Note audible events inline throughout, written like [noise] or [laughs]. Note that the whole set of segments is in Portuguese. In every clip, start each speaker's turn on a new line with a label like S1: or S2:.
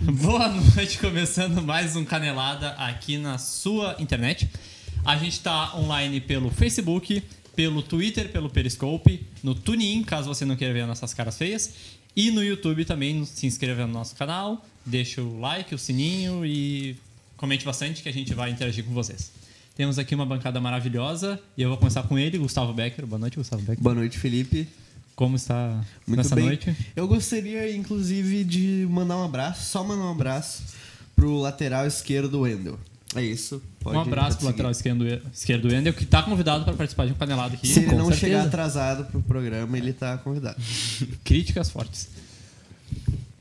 S1: Boa noite, começando mais um Canelada aqui na sua internet. A gente tá online pelo Facebook, pelo Twitter, pelo Periscope, no TuneIn, caso você não queira ver nossas caras feias, e no YouTube também, se inscreva no nosso canal, deixa o like, o sininho e comente bastante que a gente vai interagir com vocês. Temos aqui uma bancada maravilhosa e eu vou começar com ele, Gustavo Becker. Boa noite, Gustavo Becker.
S2: Boa noite, Felipe.
S1: Como está
S2: Muito
S1: nessa
S2: bem.
S1: noite?
S2: Eu gostaria, inclusive, de mandar um abraço, só mandar um abraço pro lateral esquerdo do Wendel. É isso. Pode
S1: um abraço pro
S2: pode seguir.
S1: lateral esquerdo, esquerdo do Ender, que tá convidado para participar de um panelado aqui.
S2: Se ele
S1: com
S2: não
S1: certeza.
S2: chegar atrasado pro programa, ele tá convidado.
S1: Críticas fortes.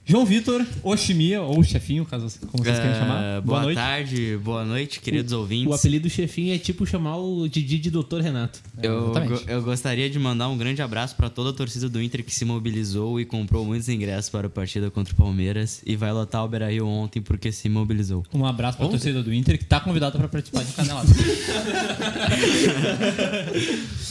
S1: João Vitor, Oshimia, ou Chefinho, caso você- como vocês querem
S3: Ah,
S1: chamar. Boa,
S3: boa
S1: noite.
S3: tarde, boa noite, queridos
S4: O
S3: ouvintes.
S4: apelido chefinho é tipo chamar o Didi de Doutor Renato.
S3: Eu,
S1: É, Exatamente.
S3: go- eu gostaria de mandar um grande abraço para toda a torcida do Inter que se mobilizou e comprou muitos ingressos para a partida contra o Palmeiras e vai lotar o Beira-Rio ontem porque se mobilizou.
S1: Um abraço pra torcida do Inter, que tá convidado para participar de um
S3: [laughs]
S1: panelado.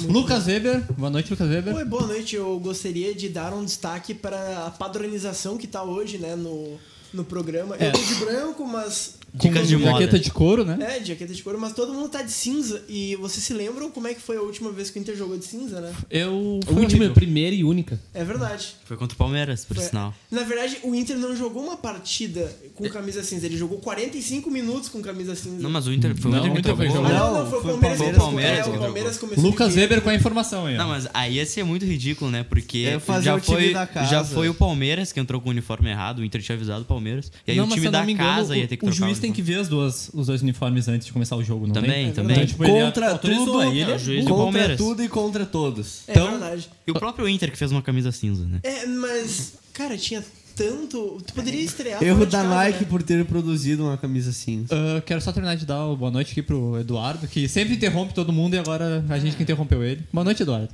S1: Lucas Weber, boa noite, Lucas Weber.
S5: Oi, boa noite. Eu gostaria de dar um destaque para a padronização que tá hoje, né, no, no programa.
S1: É.
S5: Eu tô de branco, mas.
S3: Dicas de moda.
S1: jaqueta de couro, né?
S5: É, de jaqueta de couro, mas todo mundo tá de cinza. E vocês se lembram como é que foi a última vez que o Inter jogou de cinza, né?
S1: Eu.
S4: A
S1: foi
S4: última,
S1: horrível.
S4: primeira e única.
S5: É verdade.
S3: Foi contra o Palmeiras, por
S5: Foi-
S3: sinal. É.
S5: Na verdade, o Inter não jogou uma partida com camisa cinza. Ele jogou 45 minutos com camisa cinza.
S3: Não, mas o Inter foi
S1: Não,
S3: o Inter
S1: o
S3: que né?
S1: Inter foi
S3: tocou.
S5: Ah,
S1: jogar.
S5: não, não, foi o
S2: Foi o
S5: Palmeiras.
S3: Palmeiras.
S5: que-
S3: Palmeiras
S5: é,
S3: que
S5: o
S3: jogou.
S5: Palmeiras começou
S1: Lucas
S5: primeiro.
S1: Weber com a informação aí. ó.
S3: Não, mas aí ia ser muito ridículo, né? Porque
S2: Eu ia fazer
S3: já,
S2: o time
S3: foi,
S2: da casa.
S3: já foi o Palmeiras que entrou com o uniforme errado, o Inter tinha avisado o Palmeiras. E aí
S1: Não,
S3: o
S1: mas
S3: time
S1: se eu
S3: da
S1: não me engano,
S3: casa
S1: o-
S3: ia ter que
S1: O
S3: trocar
S1: juiz
S3: o
S1: tem que ver as duas, os dois uniformes antes de começar o jogo, não
S3: Também,
S1: tem?
S3: também.
S1: Então, tipo, ele
S2: Contra
S1: autorizou,
S2: tudo,
S1: aí ele é
S3: o juiz- E do
S2: contra
S3: Palmeiras.
S2: tudo e contra todos.
S5: É
S1: Então-
S5: verdade.
S3: E o próprio Inter que fez uma camisa cinza, né?
S5: É, mas, cara, tinha tanto. Tu poderia estrear.
S2: Erro
S5: fora de
S2: da
S5: casa,
S2: Nike
S5: né?
S2: por ter produzido uma camisa cinza.
S1: Ah, quero só terminar de dar o boa noite aqui pro Eduardo, que sempre interrompe todo mundo e agora a gente que interrompeu ele. Boa noite, Eduardo.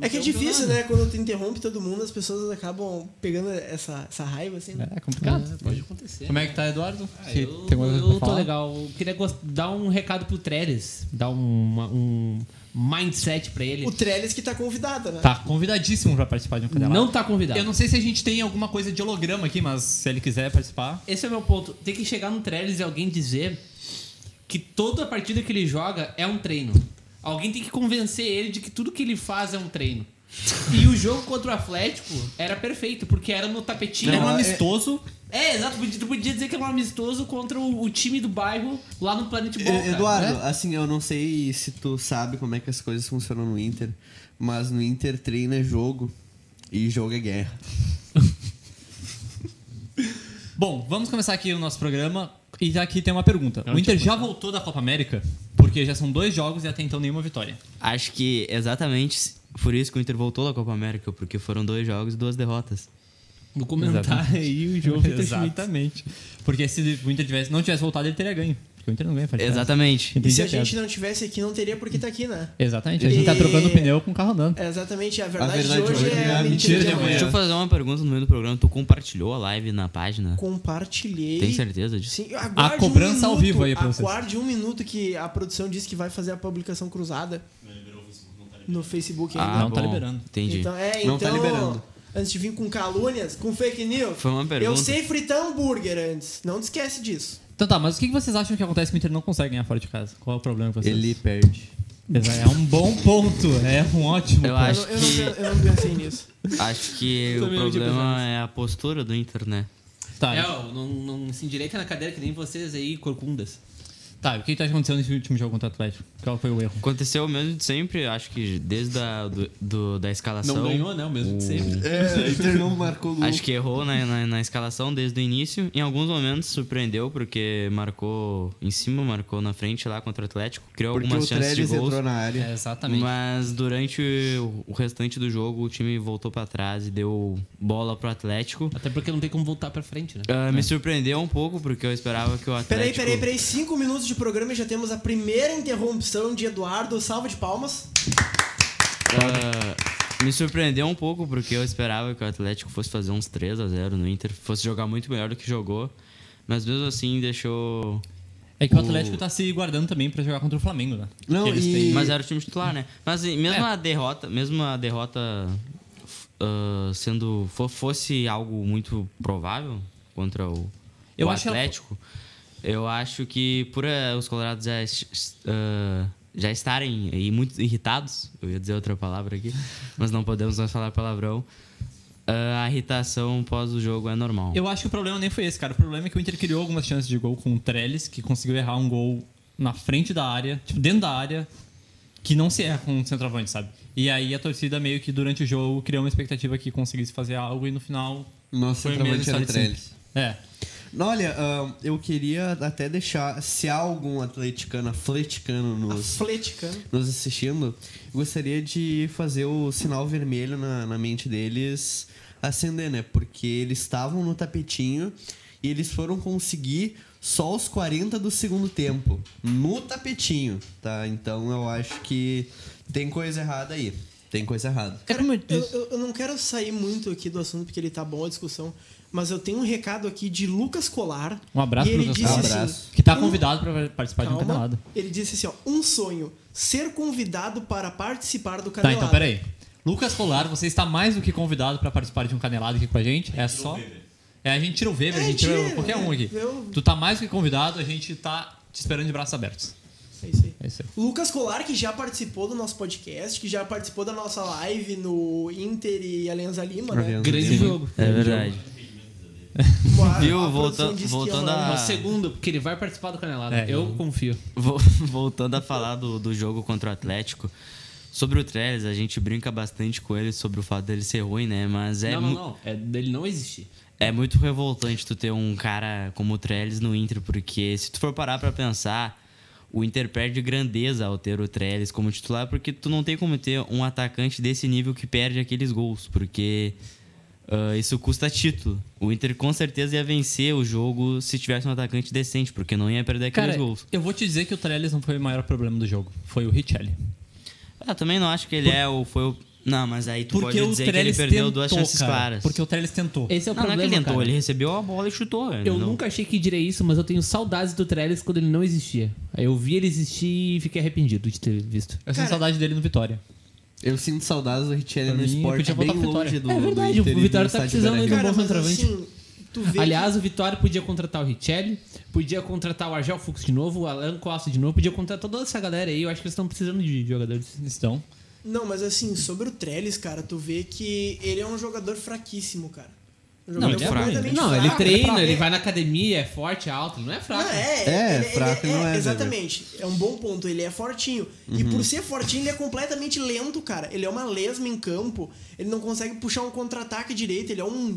S5: É que é difícil, né? Quando tu interrompe todo mundo, as pessoas acabam pegando essa, essa raiva, assim, né?
S1: É complicado.
S4: Pode acontecer.
S1: Como é que tá, Eduardo?
S4: Ah,
S1: Se
S4: eu
S1: tem alguma coisa
S4: eu
S1: pra
S4: tô
S1: falar?
S4: legal. Eu Queria gos- dar um recado pro Trellis. Dar um, uma- um mindset pra ele.
S5: O Trellis que tá convidado, né?
S1: Tá convidadíssimo pra participar de um canal.
S4: Não tá convidado.
S1: Eu não sei se a gente tem alguma coisa de holograma aqui, mas se ele quiser participar.
S4: Esse é o meu ponto. Tem que chegar no Trellis e alguém dizer que toda partida que ele joga é um treino. Alguém tem que convencer ele de que tudo que ele faz é um
S1: [laughs]
S4: treino. E o jogo contra o Atlético era perfeito, porque era no tapetinho.
S1: Era um
S2: é-
S1: amistoso.
S4: É, exato. Podia- Tu podia dizer que é um amistoso contra o, o time do bairro lá no Planet Né? Bowl.
S2: E- Eduardo,
S3: né?
S2: assim, eu não sei se tu sabe como é que as coisas funcionam no Inter, mas no Inter treina é jogo e jogo é guerra.
S1: Bom, vamos começar aqui o nosso programa. E tá aqui tem uma pergunta. o Inter já voltou da Copa América? Porque já são dois jogos e até então nenhuma vitória.
S3: Acho que exatamente por isso que o Inter voltou da Copa América, porque foram dois jogos e duas derrotas.
S4: No comentário aí, o jogo
S1: Exatamente. Porque se o Inter tivesse, não tivesse voltado, ele teria ganho. Porque o Inter não ganha. faz diferença.
S3: Exatamente.
S1: Entendi
S5: Se a
S1: piada.
S5: gente não tivesse aqui, não teria porque tá aqui, né?
S1: Exatamente, a gente tá trocando
S5: E-
S1: pneu com o carro andando.
S5: É exatamente, a verdade,
S2: verdade
S5: de hoje, é a mentira de amanhã.
S3: Deixa eu fazer uma pergunta no meio do programa. Tu compartilhou a live na página?
S5: Compartilhei.
S3: Tem certeza disso?
S5: Sim, aguarde
S1: A cobrança
S5: um
S1: ao
S5: minuto,
S1: vivo aí pra vocês.
S5: Aguarde um minuto que a produção disse que vai fazer a publicação cruzada. No Facebook ainda.
S3: Ah,
S1: Não tá
S3: bom.
S1: liberando.
S3: Entendi.
S5: Então, é,
S2: Não
S5: então,
S2: tá liberando.
S5: antes de vir com calúnias, com fake news,
S3: Foi uma pergunta.
S5: eu sei fritar hambúrguer antes. Não te esquece disso.
S1: Então tá, mas o que que vocês acham que acontece que o Inter não consegue ganhar fora de casa? Qual é o problema com vocês?
S2: Ele perde.
S1: É um bom ponto, é um ótimo
S3: Eu
S1: ponto.
S3: acho
S5: eu, não, eu,
S3: que,
S5: não, eu não
S3: [laughs]
S5: pensei nisso.
S3: acho que o
S4: Também não tinha pensado
S3: problema é a postura do Inter, né?
S1: Tá,
S4: É, ó, não, não se endireita na cadeira que nem vocês aí, corcundas.
S1: tá, o que que tá acontecendo nesse último jogo contra o Atlético? Qual foi o erro?
S3: Aconteceu o mesmo de sempre, acho que desde a, do- do- da escalação.
S4: né? O mesmo de sempre.
S2: É, [laughs] o Inter não marcou gol.
S3: Acho que errou na, na, na escalação desde o início. Em alguns momentos surpreendeu, porque marcou em cima, marcou na frente lá contra o Atlético. Criou
S2: porque o
S3: algumas chances de
S2: Trellis
S3: gols.
S2: entrou na área.
S1: exatamente.
S3: Mas durante o- o restante do jogo, o time voltou pra trás e deu bola pro Atlético.
S4: [laughs] Até porque não tem como voltar pra frente, né?
S2: É.
S3: Ah, me surpreendeu um pouco, porque eu esperava que o
S5: Peraí,
S3: Atlético...
S5: peraí, peraí. Cinco minutos de programa e já temos a primeira interrupção de Eduardo. Salva de palmas.
S3: Ah, me surpreendeu um pouco, porque eu esperava que o Atlético fosse fazer uns 3 a 0 no Inter, fosse jogar muito melhor do que jogou. Mas mesmo assim, deixou...
S1: É que o
S3: o-
S1: Atlético tá se guardando também pra jogar contra o Flamengo, né?
S2: Não,
S1: Que eles
S2: e-
S1: têm-
S3: Mas era o time titular, né? Mas e mesmo
S4: É.
S3: a derrota, mesmo a derrota f- ah, sendo fo- fosse algo muito provável contra o
S4: Eu
S3: o
S4: acho ela-
S3: Atlético, eu acho que por eh, os colorados já, es- es- ah, já estarem aí muito irritados, eu ia dizer outra palavra aqui, [laughs] mas não podemos mais falar palavrão, ah, a irritação pós o jogo é normal.
S1: Eu acho que o problema nem foi esse, cara. O problema é que o Inter criou algumas chances de gol com o Trellis, que conseguiu errar um gol na frente da área, tipo, dentro da área, que não se erra com o centroavante, sabe? E aí a torcida meio que durante o jogo criou uma expectativa que conseguisse fazer algo e no final.
S3: É.
S2: Nosso
S1: Foi mesmo
S2: centroavante era o
S1: história de
S2: Trellis.
S1: É.
S2: Olha, ahn, eu queria até deixar, se há algum atleticano, atleticano nos,
S5: Atleticano.
S2: nos assistindo, eu gostaria de fazer o sinal vermelho na, na mente deles acender, né? Porque eles estavam no tapetinho e eles foram conseguir só os 40 do segundo tempo. No tapetinho, tá? Então eu acho que tem coisa errada aí. Tem coisa errada.
S1: É
S5: Cara, eu, eu- eu não quero sair muito aqui do assunto porque ele tá bom a discussão, mas eu tenho um recado aqui de Lucas Colar.
S1: Um abraço
S5: e ele
S1: pro Lucas
S5: disse
S2: Colar. Um
S5: assim,
S2: abraço.
S1: Que tá
S5: um-
S1: convidado pra participar de um
S5: calma.
S1: canelada.
S5: Ele disse assim, ó, um sonho, ser convidado para participar do
S1: Tá,
S5: canelada.
S1: então peraí. Lucas Colar, você está mais do que convidado pra participar de um canelado aqui com a gente. É só. É, a gente tira o Weber,
S5: É,
S1: a gente tira
S5: tira,
S1: qualquer um aqui.
S5: eu-
S1: Tu tá mais do que convidado, a gente tá te esperando de braços abertos.
S5: É isso aí.
S1: É isso aí.
S5: Lucas Colar, que já participou do nosso podcast, que já participou da nossa live no Inter e Alianza Lima, né?
S2: Alianza.
S4: Grande jogo.
S3: É verdade.
S5: A- a
S3: Viu?
S5: produção
S3: Voltando-
S5: disse que
S3: voltando
S5: ia rolar.
S3: a-
S4: Uma segunda, porque ele vai participar do Canelada.
S1: É,
S4: eu
S1: eu-
S4: confio.
S3: Vo- [laughs] Voltando a falar do, do jogo contra o Atlético. Sobre o Trellis, a gente brinca bastante com ele sobre o fato dele ser ruim, né? Mas é,
S4: não, não,
S3: mu-
S4: não. É dele não existir.
S3: é muito revoltante tu ter um cara como o Trellis no Inter, porque se tu for parar pra pensar, o Inter perde grandeza ao ter o Trellis como titular, porque tu não tem como ter um atacante desse nível que perde aqueles gols, porque ah, isso custa título. O Inter com certeza ia vencer o jogo se tivesse um atacante decente, porque não ia perder aqueles
S1: Cara,
S3: gols.
S1: eu vou te dizer que o Trellis não foi o maior problema do jogo. Foi o Richelli.
S3: Ah, também não acho que ele é o. Foi o. Não, mas aí tu
S1: Porque
S3: pode
S1: o
S3: dizer que ele
S1: Trellis
S3: perdeu
S1: tentou,
S3: duas chances
S1: cara.
S3: claras.
S1: Porque o Trellis tentou.
S4: Esse é
S3: não,
S4: o
S3: não é
S4: problema,
S3: que ele tentou,
S4: cara.
S3: ele recebeu a bola e chutou. ele
S4: Eu
S3: não-
S4: nunca achei que direi isso, mas eu tenho saudades do Trellis quando ele não existia. Aí eu vi ele existir e fiquei arrependido de ter visto.
S1: é- Eu sinto
S5: Cara-
S1: saudade dele no Vitória.
S2: Eu sinto saudades do Richelli
S1: Pra
S2: no
S1: mim,
S2: esporte
S1: podia
S2: bem
S1: voltar pro
S2: longe
S1: Vitória.
S2: do
S4: É verdade,
S2: do Inter
S4: o
S2: e do
S4: Vitória tá
S2: estádio
S4: precisando
S2: Beira-Rio.
S4: ele é
S5: Cara,
S4: um bom
S5: mas
S4: centroavante.
S5: assim, tu vê
S4: Aliás, o Vitória podia contratar o Richelli, podia contratar o Argel Fux de novo, o Alan Costa de novo, podia contratar toda essa galera aí. Eu acho que eles estão precisando de jogadores.
S1: Estão.
S5: Não, mas assim, sobre o Trellis, cara, tu vê que ele é um jogador fraquíssimo, cara.
S1: Não,
S5: Um jogador
S1: ele é fraco.
S5: completamente
S4: Não, ele
S5: fraco,
S4: treina,
S5: fraco.
S4: ele vai na academia, é forte, é alto, ele não é fraco.
S5: Não, é,
S2: É,
S5: ele- ele-
S2: fraco
S5: ele-
S2: não é,
S5: Exatamente. É um bom ponto. Ele é fortinho. E
S4: Uhum.
S5: por ser fortinho, ele é completamente lento, cara. Ele é uma lesma em campo. Ele não consegue puxar um contra-ataque direito. Ele é um.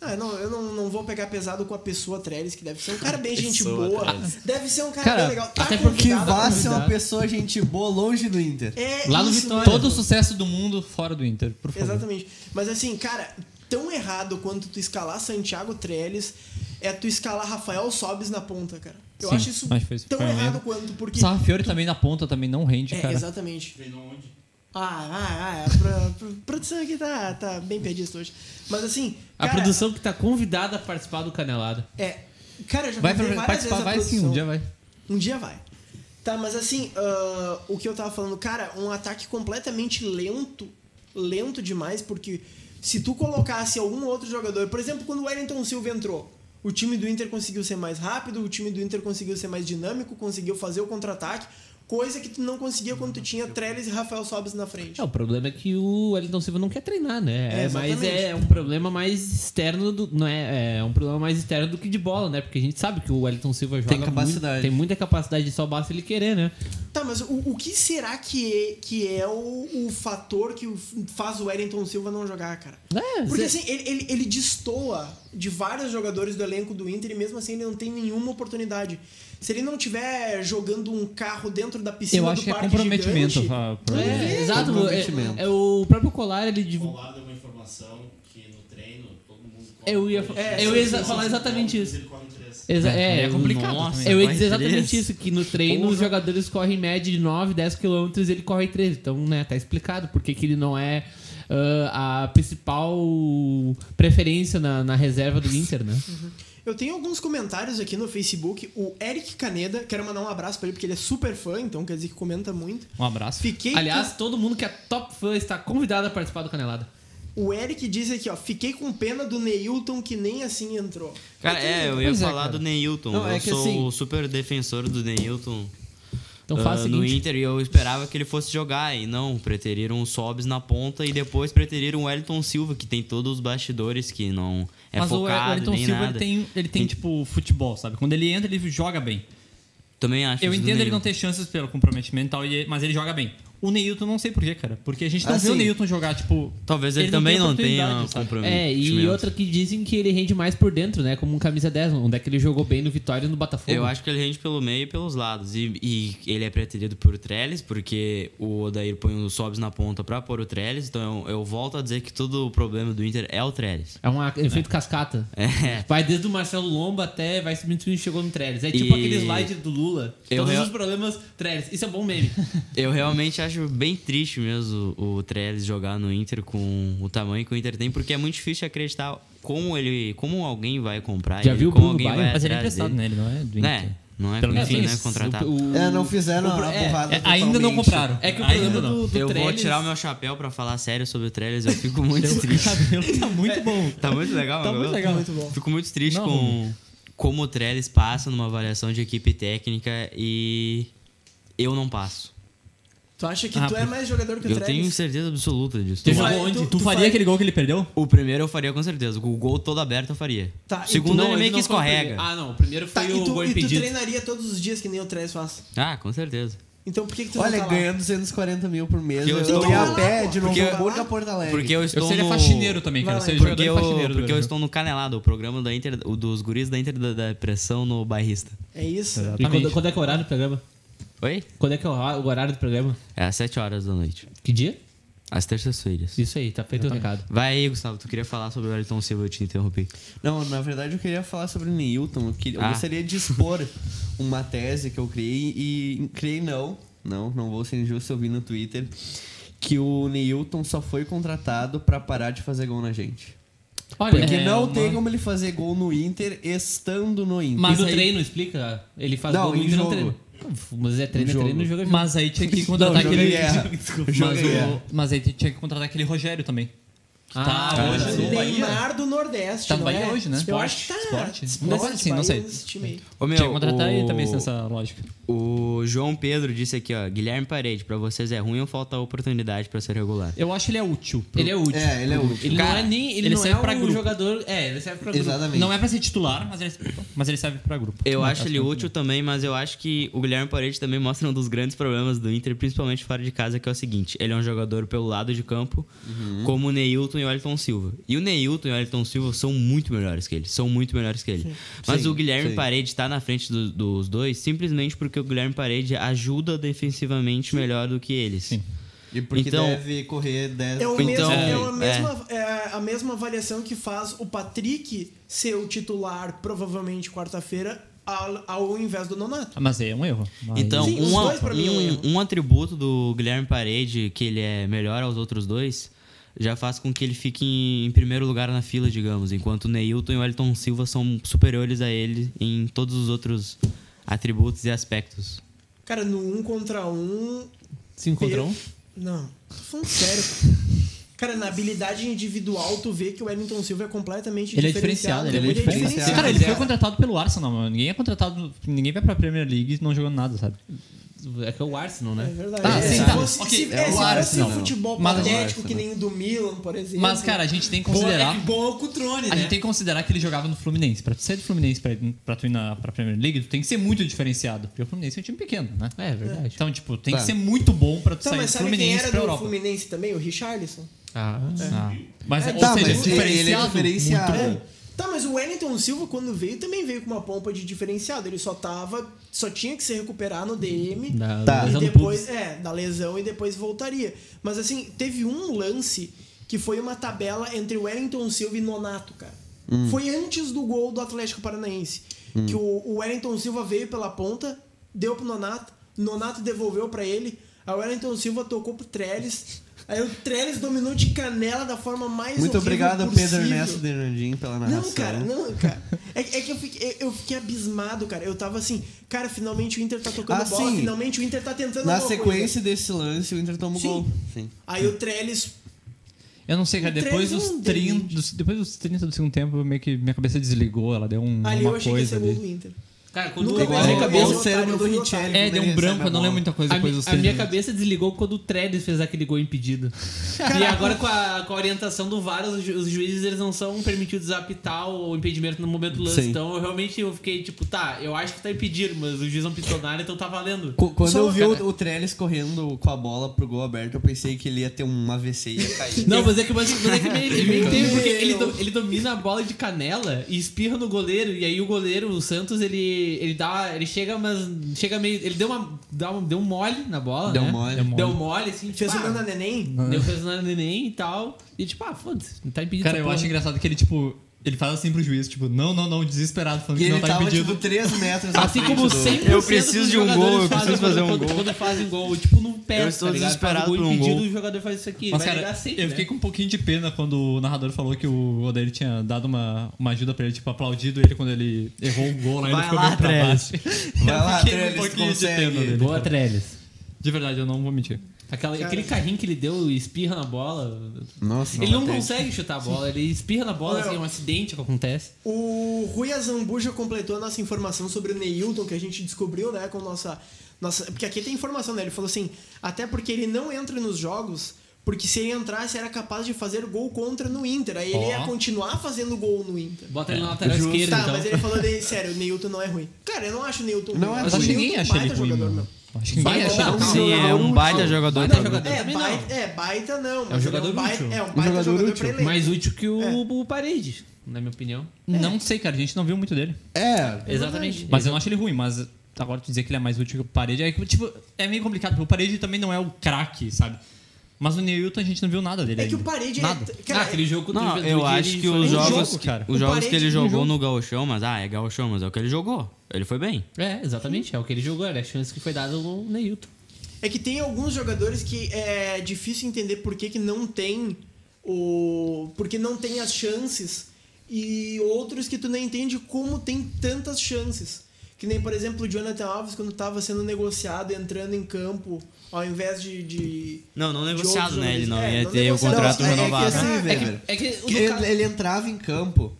S5: Ah, não, eu não, não vou pegar pesado com a pessoa Trellis, que deve ser um
S2: [laughs]
S5: cara bem gente
S3: Pessoa
S5: boa.
S3: Trellis.
S5: Deve ser um cara,
S4: Cara,
S5: bem legal. Tá
S4: até porque
S2: Que
S5: convidado pra
S2: vá ser uma
S4: né, convidado.
S2: pessoa gente boa longe do Inter.
S5: É
S4: Lá no
S5: isso
S4: Vitória.
S5: mesmo.
S1: Todo o sucesso do mundo fora do Inter, por favor.
S5: Exatamente. Mas assim, cara, tão errado quanto tu escalar Santiago Trellis é tu escalar Rafael Sobes na ponta, cara. Eu
S1: Sim,
S5: acho isso
S1: acho que foi-
S5: tão
S1: foi uma
S5: errado
S1: merda.
S5: quanto, porque.
S1: Sarrafiori também na ponta também não rende,
S5: É,
S1: cara.
S5: exatamente. Ah, ah, ah, a pro- pro- produção aqui tá, tá bem perdida hoje. Mas assim.
S4: A
S5: cara,
S4: produção que tá convidada a participar do Canelada.
S5: É. Cara, eu já
S1: Vai
S5: contei
S1: pra,
S5: várias vezes
S1: participar,
S5: a
S1: vai sim,
S5: produção.
S1: um dia vai.
S5: Um dia vai. Tá, mas assim, ah, o que eu tava falando, cara, um ataque completamente lento, lento demais, porque se tu colocasse algum outro jogador, por exemplo, quando o Wellington Silva entrou, o time do Inter conseguiu ser mais rápido, o time do Inter conseguiu ser mais dinâmico, conseguiu fazer o contra-ataque, coisa que tu não conseguia quando tu tinha Trellis e Rafael Sobes na frente.
S4: É, o problema é que o Wellington Silva não quer treinar, né?
S5: É,
S4: É, mas
S5: exatamente.
S4: é um problema mais externo do. Não é, é um problema mais externo do que de bola, né? Porque a gente sabe que o Wellington Silva joga.
S2: Tem capacidade.
S4: muito- tem muita capacidade, só basta ele querer, né?
S5: Tá, mas o, o que será que é, que é o, o fator que o- faz o Wellington Silva não jogar, cara?
S4: É,
S5: Porque
S4: cê-
S5: assim, ele, ele, ele destoa de vários jogadores do elenco do Inter e mesmo assim ele não tem nenhuma oportunidade. Se ele não tiver jogando um carro dentro da piscina
S1: Eu acho
S5: do
S1: que é
S5: parque
S1: comprometimento.
S5: gigante,
S1: fa- pro-
S4: É, exato.
S2: comprometimento.
S4: É, é o próprio Colar, ele. div-
S6: Olá, deu uma informação que no treino todo mundo corre
S4: Eu ia
S6: três,
S4: fa-
S6: mas
S5: eu
S6: ele
S5: ia
S6: corre
S4: falar
S6: três,
S4: exatamente
S6: mas
S4: isso.
S6: ele corre três.
S4: Exa-
S3: É,
S4: é,
S3: é complicado
S4: nossa,
S3: também.
S4: Eu ia
S3: Corre
S4: dizer exatamente
S3: três.
S4: isso, que no treino os
S5: Porra.
S4: jogadores correm em média de 9, 10 quilômetros ele corre 13. Então, né, tá explicado porque que ele não é ah, a principal preferência na, na reserva do Inter, né?
S5: Eu tenho alguns comentários aqui no Facebook. O Eric Caneda, quero mandar um abraço pra ele porque ele é super fã, então quer dizer que comenta muito.
S1: Um abraço.
S5: Fiquei
S4: Aliás, todo mundo que é top fã está convidado a participar do Canelada.
S5: O Eric diz aqui, ó, fiquei com pena do Neilton que nem assim entrou.
S3: Cara, é, eu ia
S4: Pois é,
S3: falar
S4: cara.
S3: do Neilton.
S2: Não,
S3: eu
S2: é que
S3: sou
S2: assim-
S3: o super defensor do Neilton.
S4: Então
S3: ah,
S4: faz o
S3: no
S4: seguinte.
S3: Inter e eu esperava que ele fosse jogar e não, preteriram o Sobs na ponta e depois preteriram o Wellington Silva, que tem todos os bastidores que não é
S1: Mas o
S3: focado
S1: Ayrton
S3: nem
S1: Silva ele
S3: nada.
S1: tem, ele tem,
S3: Tem-
S1: tipo, futebol, sabe? Quando ele entra, ele joga bem.
S3: Também acho.
S1: Eu
S3: isso do
S1: entendo ele não
S3: Neilton.
S1: ter chances pelo comprometimento e tal, e- mas ele joga bem. O Neilton, não sei porquê, cara. Porque a gente não vê o
S2: Assim,
S1: Neilton jogar, tipo.
S3: Talvez ele,
S1: ele não
S3: também
S1: tenha
S3: não tenha
S1: oportunidade, sabe?
S3: compromisso.
S4: É, e outra que dizem que ele rende mais por dentro, né? Como um camisa 10, onde é que ele jogou bem no Vitória e no Botafogo.
S3: Eu acho que ele rende pelo meio e pelos lados. E, e ele é preterido por Trellis, porque o Odair põe o Sobs na ponta pra pôr o Trellis. Então eu, eu volto a dizer que todo o problema do Inter é o
S4: [laughs]
S3: Trellis.
S4: É um a- efeito cascata.
S3: É.
S4: Vai desde o Marcelo Lomba até vai subindo, subindo, chegou no Trellis. É tipo
S3: E-
S4: aquele slide do Lula.
S3: Eu
S4: Todos
S3: real-
S4: os problemas, Trellis. Isso é um bom meme.
S3: Eu realmente acho bem triste mesmo o Trellis jogar no Inter com o tamanho que o Inter tem, porque é muito difícil acreditar como ele. como alguém vai comprar
S4: Já
S3: ele,
S4: viu o
S3: como
S4: Bruno
S3: alguém
S4: Baio?
S3: vai
S4: Mas
S1: Mas ele é
S3: atrás
S1: emprestado, né?
S3: dele.
S1: Ele não é do Inter.
S3: Né? Não é,
S1: Pelo menos
S3: enfim, não é
S1: isso.
S3: contratado.
S4: O-
S2: É, não fizeram
S4: o-
S2: a
S4: é,
S2: borrada
S1: É, ainda não
S2: totalmente.
S1: compraram.
S4: É que o
S1: ainda
S4: problema
S1: não.
S4: do, do
S3: eu vou
S4: Trellis-
S3: tirar o meu chapéu pra falar sério sobre o Trellis, eu fico muito
S1: O
S3: triste.
S1: cabelo tá
S5: É.
S1: muito bom.
S3: Tá muito legal,
S1: Tá
S3: meu
S1: muito
S3: cabelo?
S1: legal.
S5: Muito bom.
S3: Fico muito triste
S1: Não,
S3: com como o Trellis passa numa avaliação de equipe técnica e eu não passo.
S5: Tu acha que
S1: Ah,
S5: tu é
S1: porque-
S5: mais jogador que o
S3: Eu tenho
S5: Travis?
S3: certeza absoluta disso.
S1: Tu,
S5: Tu
S1: fa-
S5: vai-
S1: onde?
S5: tu-
S1: tu
S5: tu
S1: faria
S5: faz-
S1: aquele gol que ele perdeu?
S3: O primeiro eu faria com certeza. O gol todo aberto eu faria.
S5: Tá,
S3: o
S5: e
S3: segundo
S4: Não,
S3: ele meio
S4: esse
S3: que
S4: não foi o primeiro.
S3: escorrega.
S4: Ah, não. O primeiro foi
S5: Tá, e
S4: o
S5: tu,
S4: gol
S5: e tu
S4: impedido.
S5: treinaria todos os dias que nem o Travis faz.
S3: Ah, com certeza.
S5: Então por que, que tu
S2: Olha,
S5: não tá lá?
S2: ganha 240 mil por mês.
S3: Porque eu
S2: Eu,
S3: estou-
S2: ia
S5: Então
S2: a
S5: vai lá,
S2: pé de Novo
S5: pô. Porque eu-
S2: Hamburgo a Porto Alegre.
S3: Porque eu estou
S1: Eu seria
S3: no...
S1: é faxineiro também, cara.
S5: Vai
S1: Eu
S5: lá,
S1: seria jogador
S3: Porque
S1: e
S3: eu,
S1: faxineiro. né? do
S3: porque eu
S1: Brasil.
S3: estou no Canelada, o programa da Inter, o dos guris da Inter da, da pressão no bairrista.
S5: É isso.
S4: E quando,
S1: Exatamente.
S4: quando é que é o horário do programa?
S3: Oi?
S4: Quando é que é o hor- o horário do programa?
S3: É às 7 horas da noite.
S4: Que dia?
S3: Às terças-feiras.
S4: Isso aí, tá feito o recado.
S3: Vai aí, Gustavo. Tu queria falar sobre o Elton Silva, eu te interrompi.
S2: Não, na verdade eu queria falar sobre o Newton. Eu, queria- eu
S3: Ah.
S2: gostaria de expor [laughs] uma tese que eu criei e criei não, não, não vou ser injusto, eu vi no Twitter que o Newton só foi contratado pra parar de fazer gol na gente.
S4: Olha,
S2: Porque
S4: é
S2: não
S4: uma-
S2: tem como ele fazer gol no Inter estando no Inter.
S4: Mas
S1: Isso
S4: o
S1: aí-
S4: treino explica? Ele faz
S2: Não,
S4: gol no
S2: em
S4: Inter, não
S2: jogo.
S4: treino. Mas é treino,
S2: Em
S4: é treino,
S2: jogo.
S4: jogo é jogo.
S1: Mas aí tinha que contratar
S2: Não, jogo
S1: aquele.
S2: é guerra.
S1: Desculpa,
S2: Jogo
S1: mas,
S2: é
S1: o-
S2: guerra.
S1: mas aí tinha que contratar aquele Rogério também.
S4: Ah,
S1: tá
S4: cara,
S1: hoje
S4: é.
S1: no Bahia.
S5: Neymar do Nordeste,
S1: Tá no
S5: não
S1: Bahia
S5: é?
S1: hoje, né?
S5: Eu
S1: Sport,
S5: acho que tá.
S1: Sport.
S5: Sport,
S1: Não sei, sim, não sei.
S5: Bahia, esse time aí.
S3: Ô, meu,
S1: tinha que contratar ele também,
S3: o-
S1: sem essa lógica.
S3: O João Pedro disse aqui, ó, Guilherme Parede, pra vocês é ruim ou falta oportunidade pra ser regular?
S1: Eu acho que ele é útil. pro-
S4: Ele é útil.
S2: É, ele é útil.
S4: Ele não
S1: Cara,
S4: é nem. Ele,
S1: ele
S4: não
S1: serve
S4: é
S1: pra
S4: o
S1: grupo.
S4: jogador. É, ele serve pra grupo.
S2: Exatamente.
S1: Não é pra ser titular, mas ele, mas ele serve pra grupo.
S3: Eu
S1: Não, tá né?
S3: acho ele
S1: que-
S3: útil também, mas eu acho que o Guilherme Parede também mostra um dos grandes problemas do Inter, principalmente fora de casa, que é o seguinte: ele é um jogador pelo lado de campo,
S1: Uhum.
S3: como o Neilton e o Elton Silva. E o Neilton e o Elton Silva são muito melhores que ele, são muito melhores que ele. Mas
S2: Sim,
S3: o Guilherme
S2: sim.
S3: Parede tá na frente do- dos dois simplesmente porque o Guilherme Parede ajuda defensivamente melhor do que eles.
S1: Sim.
S2: E porque
S3: Então-
S2: deve correr 10
S5: É, o
S3: Então,
S5: mesmo, é, o
S3: é.
S5: mesma, é a mesma avaliação que faz o Patrick ser o titular, provavelmente quarta-feira, ao, ao invés do Nonato.
S1: Ah, Mas é um erro. Mas-
S3: Então,
S5: Sim, os
S3: um, a-
S5: dois pra mim é um erro.
S3: um- um atributo do Guilherme Parede, que ele é melhor aos outros dois, já faz com que ele fique em, em primeiro lugar na fila, digamos, enquanto o Neilton e o Elton Silva são superiores a ele em todos os outros atributos e aspectos.
S5: Cara, no um contra um.
S4: 5 contra
S5: per-
S4: 1.
S5: Não, tô falando sério. Cara, na habilidade individual, tu vê que o Wellington Silva é completamente
S1: Ele é
S5: diferenciado.
S1: diferenciado, ele
S2: é diferenciado.
S1: Cara, ele
S2: Mas
S1: foi
S2: é-
S1: contratado pelo Arsenal, mano. Ninguém é contratado. Ninguém vai pra Premier League e não jogando nada, sabe?
S4: É que é o Arsenal,
S5: É
S4: né?
S5: verdade.
S1: Tá,
S5: se
S1: sim, tá.
S5: fosse,
S1: Ok,
S5: se,
S1: é
S5: é,
S1: o
S5: se fosse
S1: Arsenal.
S5: um futebol
S1: Mas- é
S5: patético,
S2: Arsenal.
S5: que nem o do Milan, por exemplo. Então,
S1: Mas, cara, a gente tem que
S4: Bom, é
S1: considerar.
S4: que bom é o Cutrone,
S1: A gente
S4: né?
S1: tem que considerar que ele jogava no Fluminense. Pra tu ser do Fluminense pra, pra tu ir na, pra Premier League, tu tem que ser muito diferenciado. Porque o Fluminense é um time pequeno, né?
S4: É verdade.
S1: Então, tipo, tem
S2: Tá.
S1: que ser muito bom pra tu
S5: Tá,
S1: sair do
S5: mas sabe quem
S1: Fluminense
S5: era
S1: pra
S5: do
S1: Europa.
S5: Fluminense também? O Richarlison?
S4: Ah,
S1: Ah. Mas,
S5: É,
S1: ou
S5: tá,
S1: seja,
S5: mas ele- ele é
S1: diferenciado,
S2: diferenciado.
S1: Muito bom.
S5: É. Tá, mas o Wellington Silva, quando veio, também veio com uma pompa de diferenciado. Ele só tava. Só tinha que se recuperar no DM.
S2: Tá.
S4: da, da
S5: E
S4: lesão do
S5: depois,
S4: pubis.
S5: é, da lesão e depois voltaria. Mas assim, teve um lance que foi uma tabela entre Wellington Silva e Nonato, cara.
S2: Hum.
S5: Foi antes do gol do Atlético Paranaense. Que o, o Wellington Silva veio pela ponta, deu pro Nonato, Nonato devolveu pra ele, aí o Wellington Silva tocou pro Trellis. Aí o Trellis dominou de canela da forma mais
S2: Muito
S5: horrível
S2: obrigado,
S5: possível.
S2: Pedro Ernesto Denandinho, pela narração.
S5: Não, cara, não, cara. É, é que eu fiquei, eu fiquei abismado, cara. Eu tava assim, cara, finalmente o Inter tá tocando
S2: Ah,
S5: bola,
S2: sim.
S5: finalmente o Inter tá tentando
S2: Na
S5: alguma coisa.
S2: sequência desse lance, o Inter toma o
S5: Sim.
S2: gol. Sim.
S5: Aí o Trellis
S1: Eu não sei, cara.
S5: O
S1: Depois
S5: Trellis
S1: dos,
S5: não
S1: 30,
S5: deu
S1: dos- depois dos 30 do segundo tempo, meio que minha cabeça desligou. Ela deu um,
S5: Ali eu
S1: uma
S5: achei que ia
S1: coisa
S5: ser gol do
S1: ali.
S5: Inter.
S4: Cara, quando
S5: Nunca
S4: eu-
S5: mais
S4: a minha
S5: vi
S4: cabeça-
S5: gol.
S1: É, deu um branco,
S2: tá
S1: eu não lembro muita coisa
S4: A,
S1: depois
S4: mi-
S1: dos né?
S4: a
S1: 30.
S4: minha cabeça desligou quando o Trellis fez aquele gol impedido. e agora com a, com a orientação do VAR, os, ju- os juízes eles não são permitidos a apitar o impedimento no momento do lance.
S2: Sim.
S4: Então eu realmente eu fiquei tipo, tá, eu acho que tá impedido, mas o juiz não pitou nada, então tá valendo.
S2: Qu- Quando
S5: Só
S2: eu
S5: uma-
S2: vi o, o Trellis correndo com a bola pro gol aberto, eu pensei que ele ia ter um AVC e ia
S5: [laughs]
S2: cair.
S4: Não, mas é que, mas, mas é que meio- ele meio teve, porque ele,
S5: Meu.
S4: do- ele domina a bola de canela e espirra no goleiro. E aí o goleiro, o Santos, ele, ele dá. Ele chega, mas. Chega meio. Ele deu uma. Dá um, deu um mole na bola.
S2: Deu
S4: né?
S2: mole.
S1: Deu um mole.
S4: Deu mole, assim.
S5: Fez
S4: tipo,
S5: o
S4: ah,
S5: Nana Neném?
S4: Deu Fernando Neném e tal. E tipo, ah, foda-se, não tá impedido.
S1: Cara,
S4: essa
S1: eu
S4: porra.
S1: acho engraçado que ele, tipo, ele faz assim pro juiz, tipo, não, não, não, desesperado, falando
S2: E
S1: que
S2: ele
S1: não tá
S2: tava,
S1: impedido.
S2: tipo, 3 metros na
S4: Assim
S2: frente
S4: como
S2: do-
S4: 100%
S3: Eu preciso
S4: dos
S3: de um gol,
S4: jogadores
S3: eu preciso
S4: fazem
S3: fazer
S4: quando-
S3: um gol.
S4: Quando, quando fazem gol, tipo, não perde.
S3: Eu estou
S4: tá ligado? Faz
S3: desesperado
S4: gol
S3: por um
S4: impedido,
S3: gol.
S4: o jogador faz isso aqui.
S1: Mas,
S4: vai
S1: cara,
S4: ligar sempre,
S1: eu
S4: né?
S1: fiquei com um pouquinho de pena quando o narrador falou que o Odair tinha dado uma, uma ajuda pra ele, tipo, aplaudido ele quando ele errou o gol lá e ele
S3: Vai
S1: ficou
S3: lá,
S1: meio pra
S3: Trellis.
S1: baixo. [laughs]
S2: Vai
S1: Eu
S2: lá,
S1: fiquei com um
S2: Trellis, consegue.
S1: dele.
S4: Boa, Trellis.
S1: De verdade, eu não vou mentir.
S4: Aquela,
S5: Cara.
S4: aquele carrinho que ele deu, espirra na bola.
S2: Nossa,
S4: ele não
S2: tem-
S4: consegue chutar a bola, ele espirra na bola, assim, é um acidente que acontece.
S5: O Rui Azambuja completou a nossa informação sobre o Neilton, que a gente descobriu, né, com nossa. nossa porque aqui tem informação, né? Ele falou assim: até porque ele não entra nos jogos, porque se ele entrasse era capaz de fazer gol contra no Inter. Aí ele
S1: Ó.
S5: ia continuar fazendo gol no Inter.
S4: Bota ele na lateral
S2: Justo.
S4: esquerda,
S5: Tá,
S4: então.
S5: mas ele falou dele, sério, o Neilton não é ruim. Cara, eu não acho o Neilton
S2: Não
S5: ruim.
S2: é
S5: Eu
S1: Mas acho
S5: acho o
S1: que
S5: Neilton
S1: ninguém
S5: um
S1: acha ele
S5: baita
S1: ruim,
S5: jogador,
S1: mano.
S5: não.
S1: Acho que ninguém
S4: Baita
S1: acha.
S4: jogador.
S5: Não,
S3: Sim,
S5: não,
S3: é
S5: não,
S3: um
S5: não.
S3: baita jogador
S4: Baita
S3: também.
S4: jogador.
S5: É,
S4: Também
S5: baita, é baita não. mas
S4: jogador
S5: é um baita,
S4: útil.
S5: É um
S2: Um
S5: baita
S2: jogador
S5: jogador,
S2: útil.
S5: pra ele. é.
S4: Mais útil que o, o Parede, na minha opinião.
S1: Não sei, cara, a gente não viu muito dele.
S2: É,
S4: Exatamente.
S1: Mas eu não acho ele ruim, mas agora tu dizer que ele é mais útil que o Parede é que, tipo, é meio complicado, porque o Parede também não é o craque, sabe? Mas o Neilton a gente não viu nada dele
S5: É que o
S1: ainda.
S5: Parede...
S1: Nada.
S5: É,
S4: Ah,
S5: cara,
S4: aquele jogo contra o
S3: Não,
S4: Juventude,
S3: eu acho
S4: ele
S3: que
S4: foi-
S3: os
S1: um jogo,
S3: jogos, que-
S1: cara.
S3: os
S5: O
S3: jogos que
S5: Parede um
S3: ele
S5: não
S3: jogou no Gauchão, mas ah, é Gauchão, mas é o que ele jogou. Ele foi bem.
S4: É, exatamente. É o que ele jogou, era a chance que foi dada ao Neilton.
S5: É que tem alguns jogadores que é difícil entender por que, que não tem o. porque não tem as chances. E outros que tu não entende como tem tantas chances. Que nem, por exemplo, o Jonathan Alves, quando tava sendo negociado, entrando em campo, ao invés de. de
S3: Não, não
S5: de
S3: negociado,
S5: outros
S3: né? Ele não
S5: jogadores. É,
S3: ia ter o
S5: negociado.
S3: contrato
S5: Não, é- é que
S3: renovado.
S5: assim,
S2: É que-
S5: velho.
S4: É que
S2: que ele, ele entrava em campo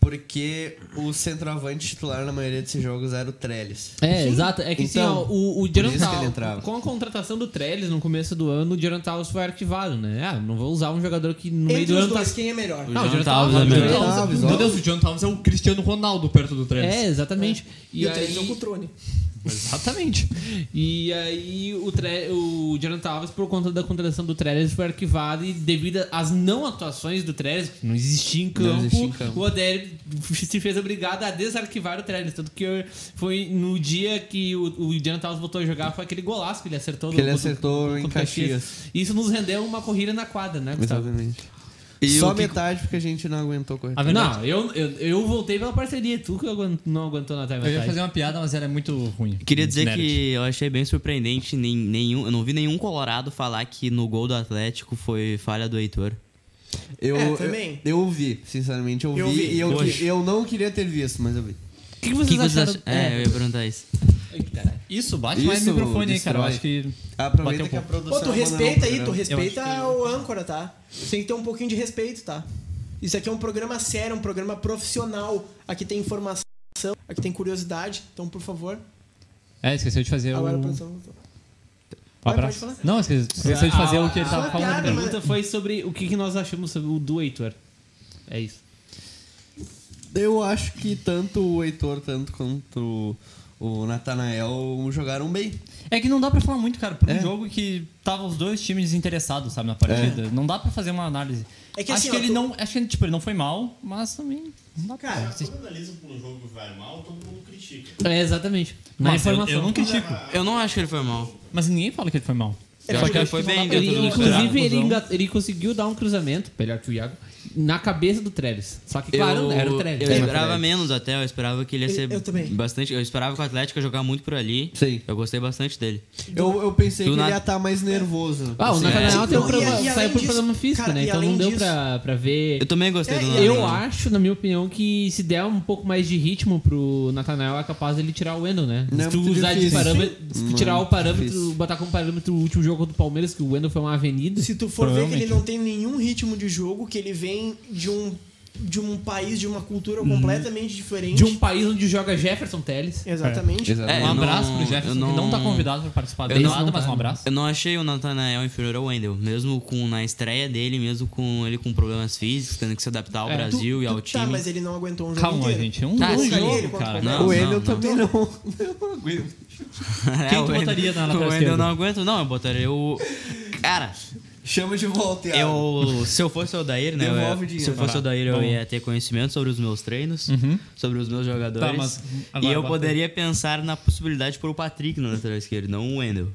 S2: porque o centroavante titular na maioria desses jogos era o Trellis.
S4: É, exato. É que
S2: Então,
S4: assim, ó, o, o
S2: isso que
S4: Jonathan
S2: ele
S4: Alves-
S2: entrava.
S4: com a contratação do Trellis no começo do ano, o Jonathan Alves foi arquivado, né? Ah, não vou usar um jogador que no meio
S5: Entre
S4: do
S5: os
S4: ano
S5: dois,
S4: tá...
S5: quem é melhor?
S4: Não, o
S3: Jonathan
S4: Jonathan
S3: Alves é
S4: Alves,
S3: melhor.
S4: Jonathan Alves.
S2: Alves,
S1: Meu
S2: óbvio.
S1: Deus, o John Thomas é o Cristiano Ronaldo perto do Trellis.
S4: É, exatamente.
S5: E, o Trellis é o Cutrone.
S1: Exatamente.
S4: E aí o, Tre... o Jonathan Alves, por conta da contratação do Trellis, foi arquivado e devido às não atuações do Trellis, que não existia em campo,
S2: existia em campo.
S4: o Odair se fez obrigado a desarquivar o Trellis. Tanto que foi no dia que o, o Jonathan Alves voltou a jogar, foi aquele golaço que ele acertou.
S2: Que
S4: no-
S2: ele acertou
S4: contra
S2: em
S4: o Isso nos rendeu uma corrida na quadra, né, Gustavo?
S2: Exatamente.
S3: E
S2: Só
S3: o que-
S2: metade porque a gente não aguentou correr.
S1: A verdade,
S4: Não, eu, eu, eu voltei pela parceria, tu que aguant- não aguentou na time
S1: eu ia
S4: atrás.
S1: fazer uma piada, mas era muito ruim.
S3: Queria dizer
S1: Nerd.
S3: que eu achei bem surpreendente, nem- nenhum, eu não vi nenhum colorado falar que no gol do Atlético foi falha do Heitor.
S2: Eu,
S5: É,
S2: eu-
S5: também.
S2: Eu, vi, sinceramente, eu,
S5: Eu
S2: vi,
S5: vi.
S2: E eu,
S3: Poxa.
S2: eu não queria ter visto, mas eu vi.
S4: O que, que
S3: O
S4: vocês
S3: que que vocês
S4: acharam?
S3: acham? É, eu ia perguntar isso.
S1: Isso, bate mais
S2: Isso
S1: no microfone aí, cara. Eu
S2: destrói.
S1: acho que.
S2: Aproveita
S1: Bateu
S2: que a
S1: pouco.
S2: produção...
S5: Pô, tu
S2: abandonou
S5: respeita
S2: o
S5: aí, tu
S2: programa.
S5: respeita o âncora, tá? Você tem que ter um pouquinho de respeito, tá? Isso aqui é um programa sério, um programa profissional. Aqui tem informação, aqui tem curiosidade. Então, por favor,
S1: É, esqueceu de fazer
S5: agora a
S1: o.
S5: produção voltou.
S1: o
S5: Vai,
S1: abraço.
S5: pode falar.
S1: Não, esqueceu, esqueceu de fazer o que ele
S4: a-
S1: tava
S5: a
S1: falando.
S4: A
S5: piada,
S1: cara.
S5: mas-
S4: pergunta foi sobre o que, que nós achamos sobre o do Heitor. É isso.
S2: Eu acho que tanto o Heitor, tanto quanto o Natanael jogaram bem.
S1: É que não dá pra falar muito, cara, pra um
S2: É.
S1: jogo que tava os dois times desinteressados, sabe, na
S3: É.
S1: partida. Não dá pra fazer uma análise.
S5: É que
S1: acho
S5: assim,
S1: que
S5: ó,
S1: ele
S5: tu-
S1: não. Acho que tipo, ele não foi mal, mas também. Não dá
S5: Cara,
S1: pra.
S6: Quando analisa por um jogo que vai mal, todo mundo critica.
S4: É, exatamente. Na
S1: Mas eu-
S4: informação.
S1: eu não critico.
S3: Eu não acho que ele foi mal.
S1: Mas ninguém fala que ele foi mal.
S5: É
S3: Eu acho que ele foi bem
S1: dá pra
S4: Ele,
S3: dentro do
S1: criticar.
S3: esperado.
S4: inclusive, ele, enga- ele conseguiu dar um cruzamento, melhor que o Iago, na cabeça do Trellis. Só que, claro,
S3: eu,
S4: era o
S3: eu
S4: Trellis.
S3: esperava menos até, eu esperava que ele ia
S5: Eu-
S3: ser
S5: eu também.
S3: bastante. Eu esperava que o Atlético ia jogar muito por ali.
S2: Sim.
S3: Eu gostei bastante dele.
S2: Eu, eu pensei
S3: Do
S2: que
S3: nada-
S2: ele ia estar mais nervoso.
S4: Ah, o
S2: Assim,
S4: Nacional
S5: é.
S4: tem um
S5: Não, e-
S4: problema,
S5: e
S4: saiu
S5: além
S4: por
S5: disso,
S4: problema físico,
S5: cara,
S4: né?
S5: e
S4: Então
S5: além
S4: não deu
S5: disso-
S4: pra, pra ver.
S3: Eu também gostei
S5: É,
S3: do
S5: e
S3: Nathan.
S5: além
S4: Eu acho, na minha opinião, que se der um pouco mais de ritmo pro Nathanael, é capaz dele tirar o Wendel, né?
S2: Não é
S4: se tu
S2: muito
S4: usar de
S2: difícil.
S4: parâmetro, se tu
S2: Não é
S4: tirar o
S2: muito
S4: parâmetro,
S2: difícil.
S4: botar como parâmetro o último jogo do Palmeiras, que o Wendel foi uma avenida.
S5: Se tu for ver que ele
S1: Provavelmente.
S5: não tem nenhum ritmo de jogo, que ele vem de um, de um país, de uma cultura completamente diferente.
S4: De um país onde joga Jefferson Teles.
S5: Exatamente.
S2: Exato.
S3: É,
S1: Um
S3: eu não-
S1: abraço pro
S3: eu
S1: Jefferson, que não tá convidado pra participar
S3: eu
S1: da
S3: não-
S1: nada, mas um abraço.
S3: Eu não achei o Nathanael inferior ao Wendel, mesmo com na estreia dele, mesmo com ele com problemas físicos, tendo que se adaptar ao
S4: É.
S5: Tu-
S3: Brasil e
S5: tu-
S3: ao time.
S5: Tá, mas ele não aguentou um jogo
S1: Calma,
S5: inteiro.
S1: gente. Um
S3: Tá,
S1: bom
S3: sim.
S1: jogo,
S5: Não,
S1: cara.
S3: não,
S2: o
S3: não,
S2: Wendel
S3: não.
S2: também não. [laughs] não aguenta.
S3: [laughs] É,
S1: Quem
S3: o
S1: tu
S3: Wendel-
S1: botaria na
S3: O
S1: lateral
S3: Wendel eu
S1: esquerda?
S3: não aguento, não. Eu botaria o. Cara,
S2: Chama de volta, Iago.
S3: eu. Se eu fosse o Daír, né? eu ia-
S2: Devolve o dinheiro.
S3: se eu fosse o Daír, eu
S1: Vamos.
S3: ia ter conhecimento sobre os meus treinos, sobre os meus jogadores.
S1: Uhum. Tá, mas agora
S3: e eu
S1: bota-
S3: poderia pensar na possibilidade de pôr o Patrick na lateral esquerda, não o Wendel.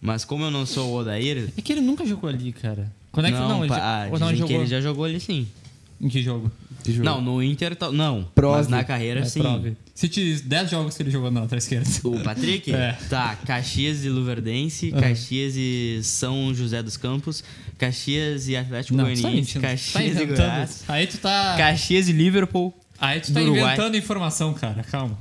S3: Mas como eu não sou o Odair.
S1: É que ele nunca jogou ali, cara. Quando é que
S3: não,
S1: não, ele,
S3: pá,
S1: já-
S3: ah,
S1: ou não, ele
S3: dizem que
S1: jogou?
S3: ele já jogou ali sim.
S1: Em que jogo?
S3: Não, no Inter tal- não.
S2: Prove.
S3: Mas na carreira sim.
S1: É prove. Se te diz 10 jogos que ele jogou na lateral esquerda. [laughs]
S3: O Patrick?
S1: É. Ah.
S3: Tá, Caxias e Luverdense, Caxias e São José dos Campos, Caxias e Atlético
S1: Não, tu tá
S3: Goianiense,
S1: mentindo. Tu tá
S3: Caxias e
S1: inventando.
S3: Goiás,
S1: Aí tu tá.
S3: Caxias e Liverpool.
S1: Aí tu tá
S3: do Uruguai.
S1: inventando informação, cara. Calma.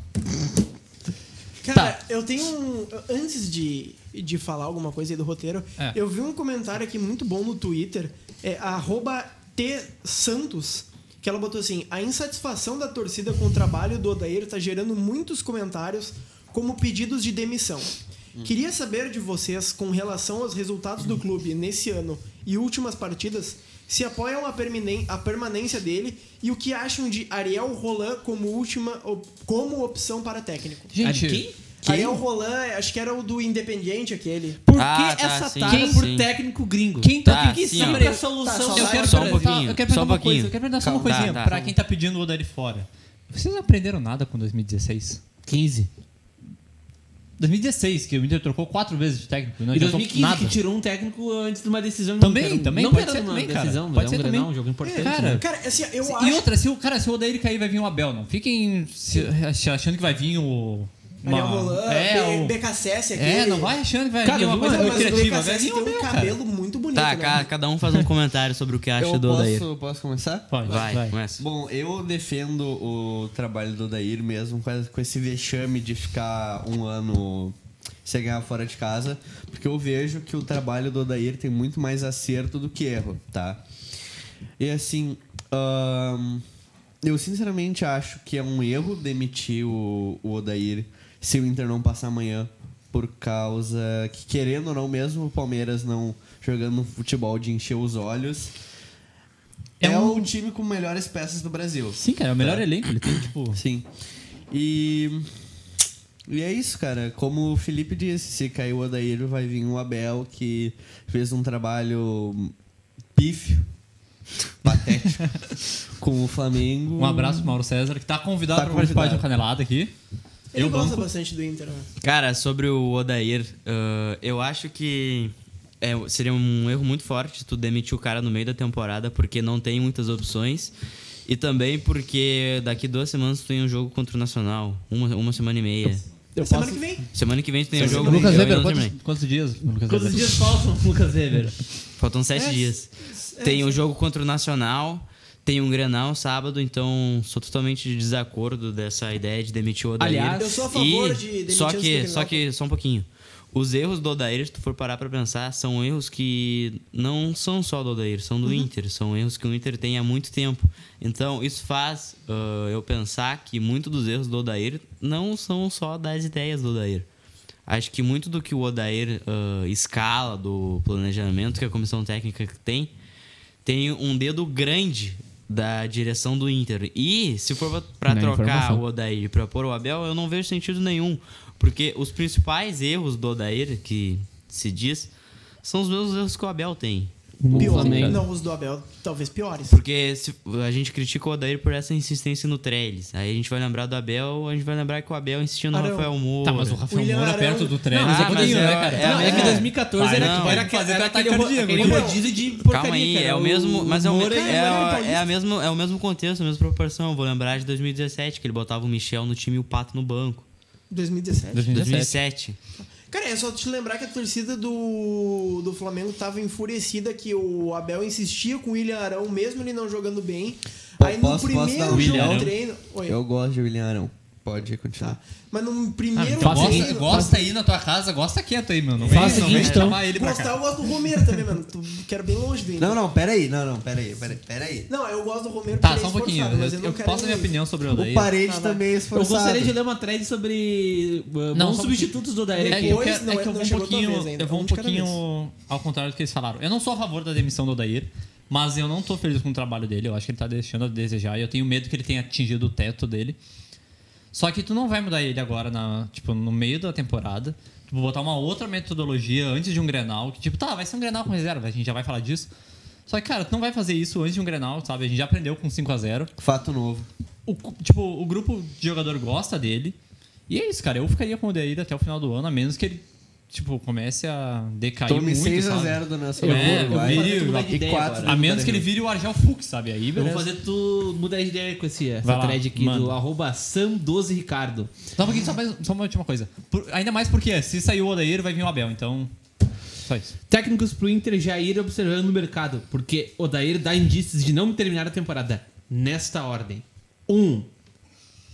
S5: Cara, eu tenho um. Antes de, de falar alguma coisa aí do roteiro,
S1: É.
S5: eu vi um comentário aqui muito bom no Twitter, é arroba T Santos, que ela botou assim: a insatisfação da torcida com o trabalho do Odair tá gerando muitos comentários como pedidos de demissão. Queria saber de vocês, com relação aos resultados do clube nesse ano e últimas partidas, se apoiam a, perminen- a permanência dele e o que acham de Ariel Roland como última op- como opção para técnico.
S1: Gente,
S4: quem?
S5: Ariel é Roland, acho que era o do Independiente aquele.
S4: Por
S3: Ah,
S4: que
S3: tá,
S4: essa
S3: sim,
S4: taça
S3: sim.
S4: por técnico gringo?
S1: Quem
S3: Tá,
S1: tá,
S3: que
S1: sim,
S3: sempre
S1: ó.
S4: a solução
S5: Tá, só
S1: eu
S5: vai-
S1: quero
S3: só um
S1: perguntar-
S3: pouquinho,
S1: Eu quero perguntar
S3: só um
S1: uma
S3: pouquinho.
S1: coisa. Eu quero perguntar só uma
S3: Calma, tá,
S1: coisinha
S3: tá.
S1: pra quem tá pedindo o Odair fora. Vocês não aprenderam nada com 2016?
S4: 15.
S1: 2016, que o Inter trocou quatro vezes de técnico. Não
S4: E
S1: adiantou
S4: 2015
S1: nada.
S4: que tirou um técnico antes de uma decisão.
S1: Também,
S4: Não,
S1: também,
S4: Não
S1: pode
S4: era
S1: ser
S4: uma
S1: também, cara.
S4: decisão,
S1: Pode
S4: é
S1: ser
S4: um
S1: também.
S4: Grenal, um jogo importante.
S1: cara,
S4: né?
S5: Cara, assim, eu
S1: Se-
S5: acho.
S1: E outra, se o, cara, se o Odair cair, vai vir o Abel. Não fiquem se- ach- achando que vai vir o...
S5: Ariel Roland,
S1: é, o...
S5: B- BKSS aquele.
S1: é, não vai achando que vai
S4: Cara,
S1: vir
S4: eu
S1: uma
S4: vi
S1: coisa
S4: uma-
S5: Mas
S1: muito
S5: o
S1: criativa. Vai
S5: BKSS
S1: vir
S5: tem
S1: o
S5: um
S1: Abel, cara.
S5: cabelo muito bonito,
S3: Tá,
S5: né?
S3: ca- cada um faz um comentário sobre o que acha
S2: eu
S3: do Odair.
S2: posso, posso começar?
S1: Pode,
S3: Vai,
S1: vai.
S3: começa.
S2: Bom, eu defendo o trabalho do Odair mesmo com com esse vexame de ficar um ano sem ganhar fora de casa, porque eu vejo que o trabalho do Odair tem muito mais acerto do que erro, tá? E assim, ahn, eu sinceramente acho que é um erro demitir o, o Odair se o Inter não passar amanhã. Por causa que, querendo ou não, mesmo o Palmeiras não jogando um futebol de encher os olhos,
S1: É
S2: é,
S1: um-
S2: o time com melhores peças do Brasil.
S1: Sim, cara, é o melhor elenco. Ele tem, tipo...
S2: Sim. E. E é isso, cara. Como o Felipe disse, se cair o Odair, vai vir o Abel, que fez um trabalho pífio, [laughs] patético, com o Flamengo.
S1: Um abraço pro Mauro César, que tá convidado
S2: Tá
S1: pra participar de
S2: convidado.
S1: um canelada aqui.
S5: Ele
S1: eu
S5: gosta
S1: banco.
S5: bastante do Inter, né?
S3: Cara, sobre o Odair, ah, eu acho que é, seria um erro muito forte tu demitir o cara no meio da temporada, porque não tem muitas opções. E também porque daqui duas semanas tu tem um jogo contra o Nacional. Uma, uma semana e meia.
S4: Eu
S5: Semana
S4: posso-
S5: que vem.
S3: Semana que vem tu tem um
S1: O
S3: jogo.
S1: Lucas
S3: eu ainda
S1: Weber,
S3: não
S1: quantos,
S3: terminei.
S1: quantos dias? o Lucas
S4: Quantos
S1: Weber?
S4: dias faltam,
S1: [laughs]
S4: Lucas Weber?
S3: Faltam sete
S5: É,
S3: dias. Tem um jogo contra o Nacional, tem um Grenal sábado, então sou totalmente de desacordo dessa ideia de demitir o Odair.
S4: Aliás,
S5: eu sou a favor
S3: E
S5: de demitir
S3: só
S5: antes do
S3: que,
S5: Grenal.
S3: só que só um pouquinho. Os erros do Odair, se tu for parar pra pensar, são erros que não são só do Odair, são do
S5: Uhum.
S3: Inter. São erros que o Inter tem há muito tempo. Então, isso faz ah, eu pensar que muitos dos erros do Odair não são só das ideias do Odair. Acho que muito do que o Odair ah, escala, do planejamento que a comissão técnica tem, tem um dedo grande da direção do Inter. E se for pra
S1: Na é
S3: trocar
S1: informação.
S3: o Odair pra pôr o Abel, eu não vejo sentido nenhum. Porque os principais erros do Odair, que se diz, são os mesmos erros que o Abel tem.
S4: no
S5: Pior. né?
S4: Flamengo.
S5: Não, os do Abel, talvez piores.
S3: Porque se- a gente critica o Odair por essa insistência no Trellis. Aí a gente vai lembrar do Abel, a gente vai lembrar que o Abel insistiu no
S5: Arão.
S3: Rafael Moura.
S1: Tá, mas o Rafael
S5: William
S1: Moura
S5: Arão.
S1: perto do Trellis
S3: Não,
S1: é
S3: mas
S1: pouquinho,
S3: é-
S1: né, cara?
S3: é-
S4: Não, é que 2014
S3: Vai,
S4: era,
S3: não.
S4: era,
S1: Fazer
S4: era
S1: ataque
S4: aquele, ro-
S1: cardíaco,
S4: aquele
S1: entendeu?
S4: rodízio de porcaria.
S3: Calma aí,
S4: cara.
S3: é o mesmo, mas é o,
S4: Moura-
S3: me- é,
S5: Moura
S3: é a mesmo, é o mesmo contexto, a mesma proporção. Eu vou lembrar de 2017, que ele botava o Michel no time e o Pato no banco.
S5: 2017.
S3: 2017.
S5: Cara, é só te lembrar que a torcida do, do Flamengo tava enfurecida que o Abel insistia com o William Arão, mesmo ele não jogando bem.
S2: Pô,
S5: Aí no
S2: posso- posso
S5: primeiro
S2: dar um
S5: jogo
S2: William
S5: de
S2: Arão?
S5: treino. Oi,
S2: Eu gosto de William Arão. Pode continuar.
S5: tá. Mas no primeiro
S1: Então
S4: Faz o
S1: gosta,
S4: seguinte,
S1: gosta aí na tua casa, gosta quieto aí, meu. Não
S4: Faz
S1: vem,
S4: o
S1: não
S4: seguinte,
S1: vem
S4: então.
S1: chamar ele pra
S5: Gostar, é
S1: cá.
S5: eu gosto do Romero também, mano. Tu- Quero bem longe, vem.
S2: Não, não, peraí. Não, não, peraí, peraí, peraí.
S5: Não, eu gosto do Romero
S1: Tá,
S5: porque
S1: só um
S5: ele é
S1: pouquinho.
S5: esforçado, mas eu,
S1: Eu, eu
S5: não quero
S1: posso dar minha
S5: ele.
S1: opinião sobre o
S2: O
S1: Odair.
S2: parede
S5: Tá, vai.
S2: também é
S4: Eu
S2: esforçado.
S4: gostaria de ler uma thread sobre uh,
S1: Não,
S4: bons
S1: só um
S4: substitutos do Odair.
S1: É,
S4: aqui.
S1: que eu,
S5: Depois,
S1: quero-
S5: não
S1: é
S5: é-
S1: que eu vou
S5: não
S1: um
S5: chegou a tua
S1: pouquinho,
S5: vez ainda,
S1: eu vou um
S5: um de cada
S1: pouquinho ao contrário do que eles falaram. Eu não sou a favor da demissão do Odair, mas eu não tô feliz com o trabalho dele. Eu acho que ele tá deixando a desejar e eu tenho medo que ele tenha atingido o teto dele. Só que tu não vai mudar ele agora, na, tipo, no meio da temporada. Tu vai botar uma outra metodologia antes de um Grenal, que tipo, tá, vai ser um Grenal com reserva, a gente já vai falar disso. Só que, cara, tu não vai fazer isso antes de um Grenal, sabe? A gente já aprendeu com 5 a 0
S2: Fato novo.
S1: o, cu- tipo, o grupo de jogador gosta dele. E é isso, cara. Eu ficaria com o Odair até o final do ano, a menos que ele, tipo, comece a decair
S2: Tome
S1: muito,
S2: 6x0 do Nacional
S1: Eu vou- eu
S2: Uruguai.
S1: vire-
S2: E
S1: eu
S4: vou-
S2: e 4
S1: sabe? A menos que ele vire o Argel Fux, sabe? Aí,
S4: Eu
S1: beleza.
S4: vou fazer tu mudar de ideia com esse, essa
S1: Vai lá,
S4: thread aqui do
S1: manda.
S4: arroba sam12ricardo.
S1: Só um pouquinho, só, mais, só uma última coisa. Por- ainda mais porque se sair o Odair, vai vir o Abel, então... Só isso.
S4: Técnicos pro Inter já ir observando no mercado, porque Odair dá indícios de não terminar a temporada nesta ordem. 1. Um,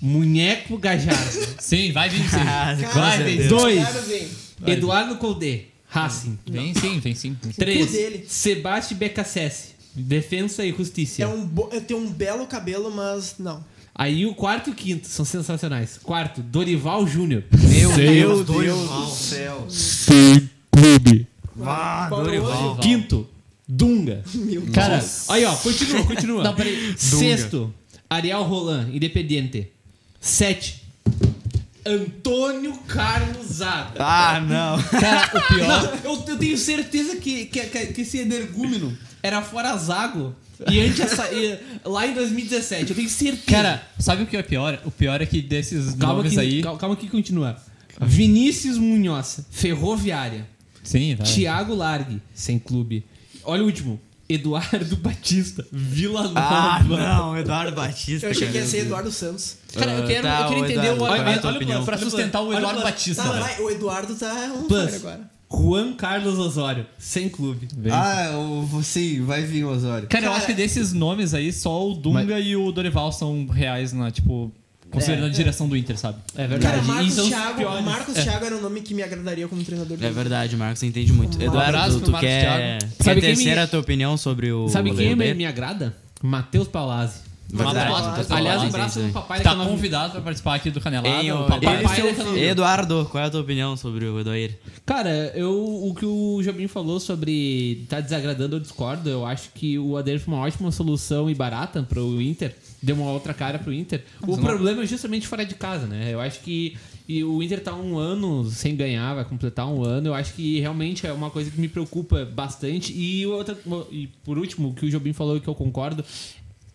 S4: Munheco
S3: [laughs]
S4: Gajardo.
S1: Sim, vai vir sim.
S3: Ah,
S5: Cara,
S1: vai vir.
S4: Deus. Dois.
S5: Cara, vem.
S4: Eduardo Colde, Racing.
S1: Vem sim, vem sim. vem sim.
S5: cu dele.
S4: 3. Sebastião BKSS, Defensa e Justiça.
S5: É um bo... Eu tenho um belo cabelo, mas não.
S4: Aí o quarto e o quinto são sensacionais. Quarto, Dorival Júnior.
S3: Meu
S2: Meu
S3: Deus,
S2: Deus do céu.
S3: Ah,
S5: Paulo
S3: Dorival.
S4: Quinto, [laughs] Dunga.
S1: Cara,
S4: Aí, ó, continua, continua.
S1: Não, peraí.
S4: [laughs] Sexto, Ariel Roland, Independiente. Sete, Antônio Carlos Zaga.
S3: Ah, não.
S1: cara, o pior...
S4: Não, eu, eu tenho certeza que, que, que- que esse energúmeno era fora Zago e antes essa, e, lá em 2017. Eu tenho certeza.
S1: Cara, sabe o que é pior? O pior é que desses
S4: calma
S1: nomes
S4: que,
S1: aí...
S4: cal- calma que continua. Vinícius Munhoz, Ferroviária.
S1: Sim, vai.
S4: Tiago Largue, sem clube. Olha o último. Eduardo [laughs] Batista, Vila Nova.
S3: Ah, não. Eduardo Batista.
S5: Eu achei que ia
S3: cara.
S5: ser Eduardo Santos.
S1: Cara, eu
S3: Ah,
S1: quero,
S3: tá,
S1: eu quero
S3: o
S1: entender
S3: Eduardo,
S1: o
S3: qual é a
S1: argumento
S3: tua opinião?
S1: pra sustentar o
S4: Olha o
S1: Eduardo
S4: plano.
S1: Batista.
S5: Tá,
S1: velho.
S5: vai. O Eduardo tá um
S4: Plus.
S5: agora.
S4: Juan Carlos Osório, sem clube.
S2: Ah, eu, sim, vai vir o Osório.
S1: Cara, eu
S5: Cara,
S1: acho que desses nomes aí, só o Dunga e o Dorival são reais na, tipo,
S5: É.
S1: considerando a direção do Inter, sabe?
S5: Cara,
S4: É verdade.
S5: Marcos,
S4: E são os
S5: Thiago,
S4: piores.
S1: É.
S5: Marcos Thiago era o nome que me agradaria como treinador.
S3: É verdade, Marcos, você entende muito.
S1: abraço
S3: Eduardo,
S1: pro
S3: tu
S1: Marcos
S3: quer,
S1: Thiago.
S3: quer
S4: Sabe quem me-
S3: terceira a tua opinião sobre o
S4: Sabe quem é
S3: goleiro
S4: me,
S3: dele?
S4: me agrada? Matheus Palazzi.
S3: Verdade,
S1: Matheus
S3: Matheus
S4: Aliás,
S3: Palazzi,
S4: um abraço
S3: sim.
S4: do papai
S1: Tá
S4: que é o nome-
S1: convidado pra participar aqui do Canelada.
S3: Hein,
S1: o
S3: ô,
S1: papai
S3: Eles
S1: vai
S4: são
S1: ser é o-
S3: um Eduardo, qual é a tua opinião sobre o Edoir?
S4: Cara, eu, o que o Jobim falou sobre tá desagradando, eu discordo. Eu acho que o Adair foi uma ótima solução e barata pro Inter. Deu uma outra cara pro Inter. O problema é justamente fora de casa, né? Eu acho que e o Inter tá um ano sem ganhar, vai completar um ano. Eu acho que realmente é uma coisa que me preocupa bastante. E, outra, e por último, o que o Jobim falou e que eu concordo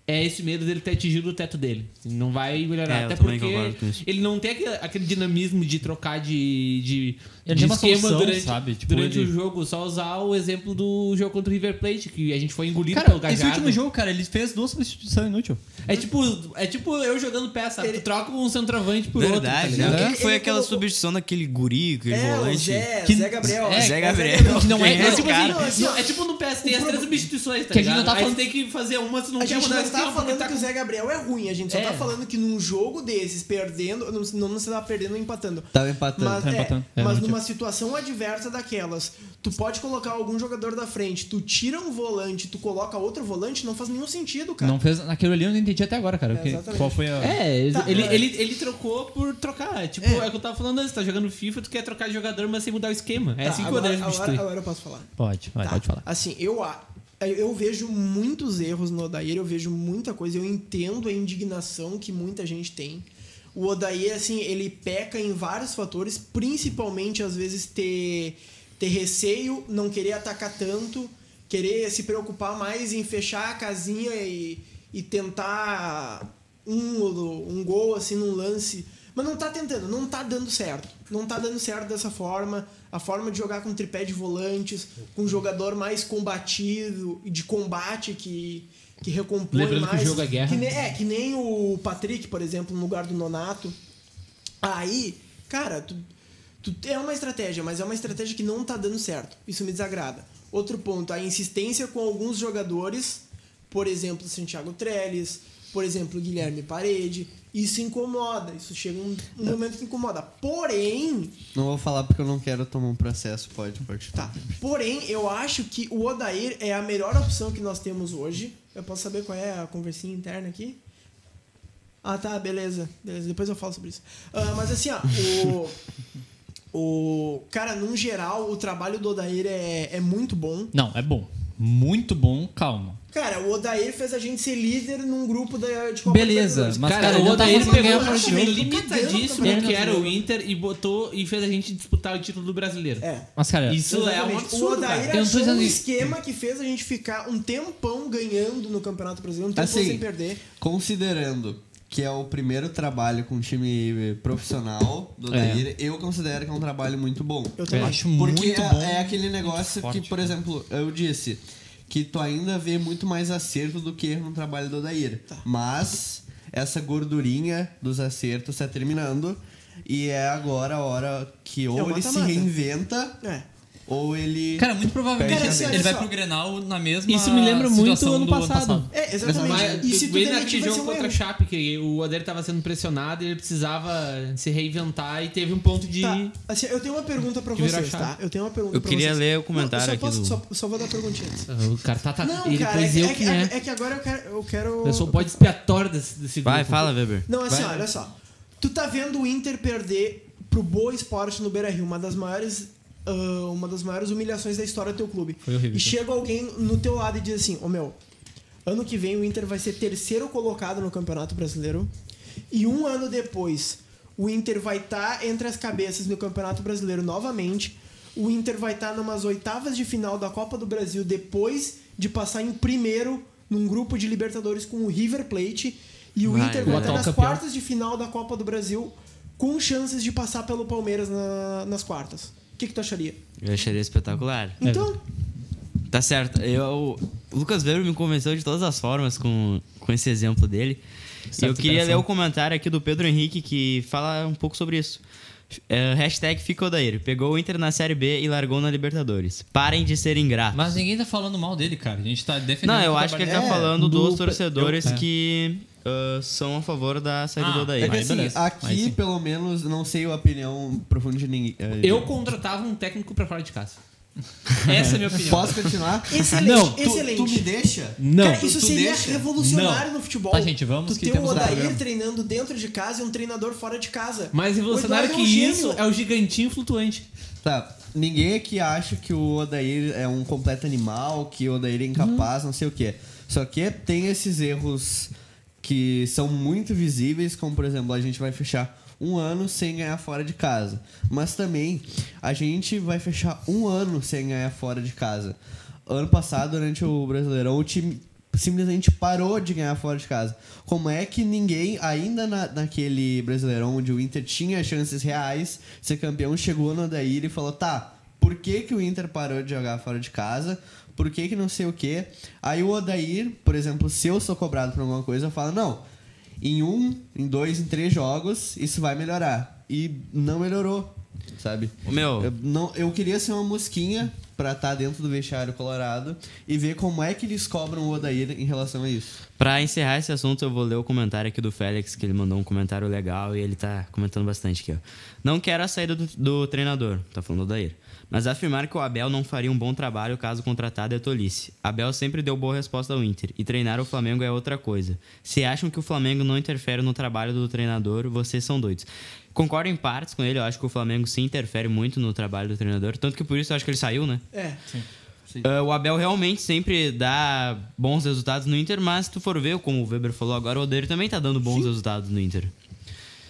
S4: é esse medo dele ter atingido o teto dele. Não vai melhorar.
S3: É, eu
S4: Até
S3: também
S4: porque
S3: concordo com isso.
S4: ele não tem aquele, aquele dinamismo de trocar de, de,
S1: Ele
S4: de
S1: tem uma
S4: esquema
S1: solução,
S4: durante,
S1: sabe? Tipo,
S4: durante
S1: ele-
S4: o jogo. Só usar o exemplo do jogo contra o River Plate, que a gente foi engolido
S1: Cara,
S4: pelo
S1: esse
S4: Gajardo.
S1: último jogo, cara, ele fez duas substituições inúteis.
S4: É tipo, é tipo eu jogando pé, sabe? Tu troca um centroavante por
S3: Verdade,
S4: outro. tá ligado?
S3: né? O que
S5: Ele-
S3: que foi
S5: ele
S3: aquela
S5: colocou-
S3: substituição daquele guri, aquele
S5: É, o
S3: volante?
S5: Zé,
S1: Que-
S5: Zé Gabriel.
S1: É,
S3: Zé Gabriel.
S1: Que não é-
S3: Quem
S1: é
S3: esse
S1: tipo
S3: cara?
S5: assim, ó, assim, ó,
S4: Não, é tipo no PS, tem as três substituições, tá
S1: que a gente
S4: ligado?
S1: não tá
S4: Aí
S1: falando-
S4: tu tem que fazer uma, se não
S5: A
S4: quer
S5: gente
S4: mudar
S5: não
S4: esse
S5: tá
S4: tempo,
S5: falando
S4: tá-
S5: que o Zé Gabriel é ruim, a gente só
S4: É.
S5: tá falando que num jogo desses, perdendo, não, não se tá perdendo ou empatando.
S2: Tava empatando.
S5: Mas,
S1: tá
S5: é,
S1: empatando. É,
S5: mas
S1: não
S5: numa situação adversa daquelas, tu pode colocar algum jogador da frente, tu tira um volante, tu coloca outro volante, não faz nenhum sentido, cara.
S1: Não fez... Aquilo ali eu não entendi até agora, cara. o que-
S5: exatamente.
S1: qual foi a...
S4: É, ele,
S5: Tá,
S4: ele,
S5: mas-
S4: ele, ele trocou por trocar. Tipo, é. o que eu tava falando antes, tá jogando FIFA, tu quer trocar de jogador, mas sem mudar o esquema. É
S5: Tá,
S4: assim que o
S5: agora,
S4: Odair substitui.
S5: agora, agora eu posso falar.
S1: Pode, vai,
S5: Tá.
S1: pode falar.
S5: Assim, eu, a- eu vejo muitos erros no Odair, eu vejo muita coisa, eu entendo a indignação que muita gente tem. O Odair, assim, ele peca em vários fatores, principalmente às vezes ter, ter receio, não querer atacar tanto, querer se preocupar mais em fechar a casinha e, e tentar um, um gol assim num lance. Mas não tá tentando, não tá dando certo. Não tá dando certo dessa forma. A forma de jogar com tripé de volantes, com um jogador mais combatido, de combate que, que recompõe
S4: Lembrando que o
S5: mais.
S4: jogo é guerra.
S5: Que nem, é, que nem o Patrick, por exemplo, no lugar do Nonato. Aí, cara, tu, tu- é uma estratégia, mas é uma estratégia que não tá dando certo. Isso me desagrada. Outro ponto, a insistência com alguns jogadores, por exemplo, Santiago Trellis, por exemplo, Guilherme Parede. Isso incomoda, isso chega um, um momento que incomoda. Porém,
S2: Não vou falar porque eu não quero tomar um processo, pode partir.
S5: tá. Porém, eu acho que o Odair é a melhor opção que nós temos hoje. Eu posso saber qual é a conversinha interna aqui? Ah, tá, beleza. Beleza, depois eu falo sobre isso. Ah, mas assim, ó, o. [laughs] O. Cara, num geral, o trabalho do Odair é, é muito bom.
S1: Não, é bom. Muito bom, calma.
S5: Cara, o Odair fez a gente ser líder num grupo da, de Copa
S1: Beleza,
S5: Libertadores.
S1: mas
S4: cara,
S1: cara,
S4: o
S1: ele tá
S4: Odair
S1: fazendo
S4: pegou
S1: gol
S4: um
S1: no
S4: time
S1: jogo.
S4: limitadíssimo
S5: Tá
S4: que era
S5: dando
S4: o Inter e botou e fez a gente disputar o título do brasileiro.
S5: É.
S1: Mas, cara,
S4: Isso é um
S5: Exatamente.
S4: absurdo,
S5: O
S1: Eu
S5: Odair
S4: cara.
S1: não tô
S5: achou
S1: dizendo
S5: um
S1: isso.
S5: esquema que fez a gente ficar um tempão ganhando no Campeonato Brasileiro, um tempão
S2: Assim,
S5: sem perder.
S2: Considerando que é o primeiro trabalho com um time profissional do Odair, eu considero que é um trabalho muito bom.
S5: Eu também.
S1: acho
S2: Porque
S1: muito
S2: é,
S1: bom.
S2: é aquele negócio
S1: forte, né?
S2: que, por exemplo, eu disse que tu ainda vê muito mais acerto do que erro no trabalho do Odair.
S5: Tá.
S2: Mas essa gordurinha dos acertos está terminando e é agora a hora que ou
S5: É o
S2: ele se
S5: mata-mata.
S2: reinventa
S5: É.
S2: ou ele
S1: Cara, muito provavelmente
S5: Cara, assim,
S1: ele
S5: olha
S1: vai
S5: só.
S1: pro Grenal na mesma
S4: Isso me lembra muito
S1: situação
S4: ano
S1: do
S4: passado.
S5: É, exatamente.
S4: Mas,
S5: e se tu
S4: bem
S5: demitir,
S4: naquele
S5: vai ser
S4: jogo
S5: um
S4: contra a
S5: erro.
S4: Chape, que o Odair tava sendo pressionado e ele precisava se reinventar e teve um ponto de...
S5: Tá, assim, eu tenho uma pergunta pra
S4: de virar
S5: vocês,
S4: chave.
S5: tá? Eu tenho uma pergunta
S3: Eu
S5: pra
S3: queria
S5: vocês.
S3: ler o comentário
S5: Não, eu
S3: aqui
S5: só posso,
S3: do-
S5: só, só vou dar perguntinha antes.
S4: O cara tá... tá
S5: Não,
S4: ele
S5: cara, é,
S4: pois eu
S5: é
S4: que
S5: que,
S4: né?
S5: é que agora eu quero... Eu, quero...
S4: Eu sou o bode expiatório desse, desse
S3: Vai,
S4: grupo.
S3: fala, Weber.
S5: Não, assim, olha só. Tu tá vendo o Inter perder pro Boa Esporte no Beira-Rio, uma das maiores... ah, uma das maiores humilhações da história do teu clube.
S4: Foi horrível,
S5: E
S4: tá?
S5: chega alguém no teu lado e diz assim, ô meu, ano que vem o Inter vai ser terceiro colocado no Campeonato Brasileiro e um ano depois o Inter vai estar entre as cabeças no Campeonato Brasileiro novamente. O Inter vai estar numas oitavas de final da Copa do Brasil depois de passar em primeiro num grupo de Libertadores com o River Plate e o
S3: Vai, vai.
S5: Inter vai estar
S4: Atual
S5: nas
S4: campeão.
S5: quartas de final da Copa do Brasil com chances de passar pelo Palmeiras na- nas quartas. O que, que tu acharia?
S3: Eu acharia espetacular.
S1: É. [laughs]
S5: Então,
S3: Tá certo. Eu, o Lucas Weber me convenceu de todas as formas com, com esse exemplo dele. E eu queria ler o comentário aqui do Pedro Henrique que fala um pouco sobre isso. É, hashtag fica Odair. Pegou o Inter na Série B e largou na Libertadores. Parem de ser ingratos.
S1: Mas ninguém tá falando mal dele, cara. A gente tá defendendo.
S3: Não,
S1: o
S3: eu
S1: trabalho
S3: acho que ele tá
S1: dele.
S2: é,
S3: falando dos
S1: do-
S3: torcedores
S1: eu- é.
S3: que ah, são a favor da saída
S1: Ah,
S3: do
S2: É
S3: Odair.
S2: que
S1: Aí
S2: assim,
S1: beleza. Aí
S2: aqui
S1: sim.
S2: pelo menos não sei a opinião profunda de ninguém. eh,
S4: Eu contratava um técnico pra fora de casa. Essa é a minha opinião.
S2: Eh, Posso continuar?
S5: excelente,
S1: Não,
S2: Tu-
S5: excelente.
S2: Tu, me deixa?
S1: Não.
S5: Cara, isso
S2: tu
S5: seria
S2: deixa?
S5: revolucionário
S1: Não.
S5: no futebol.
S1: Tá, gente, vamos
S5: tu
S1: que
S5: ter
S1: temos
S5: o
S1: um
S5: Odair
S1: programa.
S5: treinando dentro de casa e um treinador fora de casa.
S4: Mais revolucionário
S5: O
S4: que
S5: Eduardo é um gênio.
S4: isso é o gigantinho flutuante.
S2: Tá. Ninguém aqui acha que o Odair é um completo animal, que o Odair é incapaz, não sei o quê. Só que tem esses erros que são muito visíveis, como por exemplo, a gente vai fechar um ano sem ganhar fora de casa. Mas também a gente vai fechar um ano sem ganhar fora de casa. Ano passado, durante o Brasileirão, o time simplesmente parou de ganhar fora de casa. Como é que ninguém, ainda na, naquele Brasileirão onde o Inter tinha chances reais de ser campeão, chegou no Odair e falou: tá, por que, que o Inter parou de jogar fora de casa? Por que, que não sei o quê? Aí o Odair, por exemplo, se eu sou cobrado por alguma coisa, eu falo: não, em um, em dois, em três jogos, isso vai melhorar. E não melhorou, sabe?
S3: Ô, meu.
S2: Eu, não, eu queria ser uma mosquinha pra estar dentro do vestiário colorado e ver como é que eles cobram o Odair em relação a isso.
S3: Pra encerrar esse assunto, eu vou ler o comentário aqui do Félix, que ele mandou um comentário legal e ele tá comentando bastante aqui, ó. Não quero a saída do, do treinador, tá falando do Daíra. Mas afirmar que o Abel não faria um bom trabalho caso contratado é tolice. Abel sempre deu boa resposta ao Inter, e treinar o Flamengo é outra coisa. Se acham que o Flamengo não interfere no trabalho do treinador, vocês são doidos. Concordo em partes com ele, eu acho que o Flamengo se interfere muito no trabalho do treinador, tanto que por isso eu acho que ele saiu, né?
S5: É.
S3: Ah, o Abel realmente sempre dá bons resultados no Inter, mas se tu for ver, como o Weber falou agora,
S2: Tá
S3: o Odeiro também tá dando bons resultados no Inter.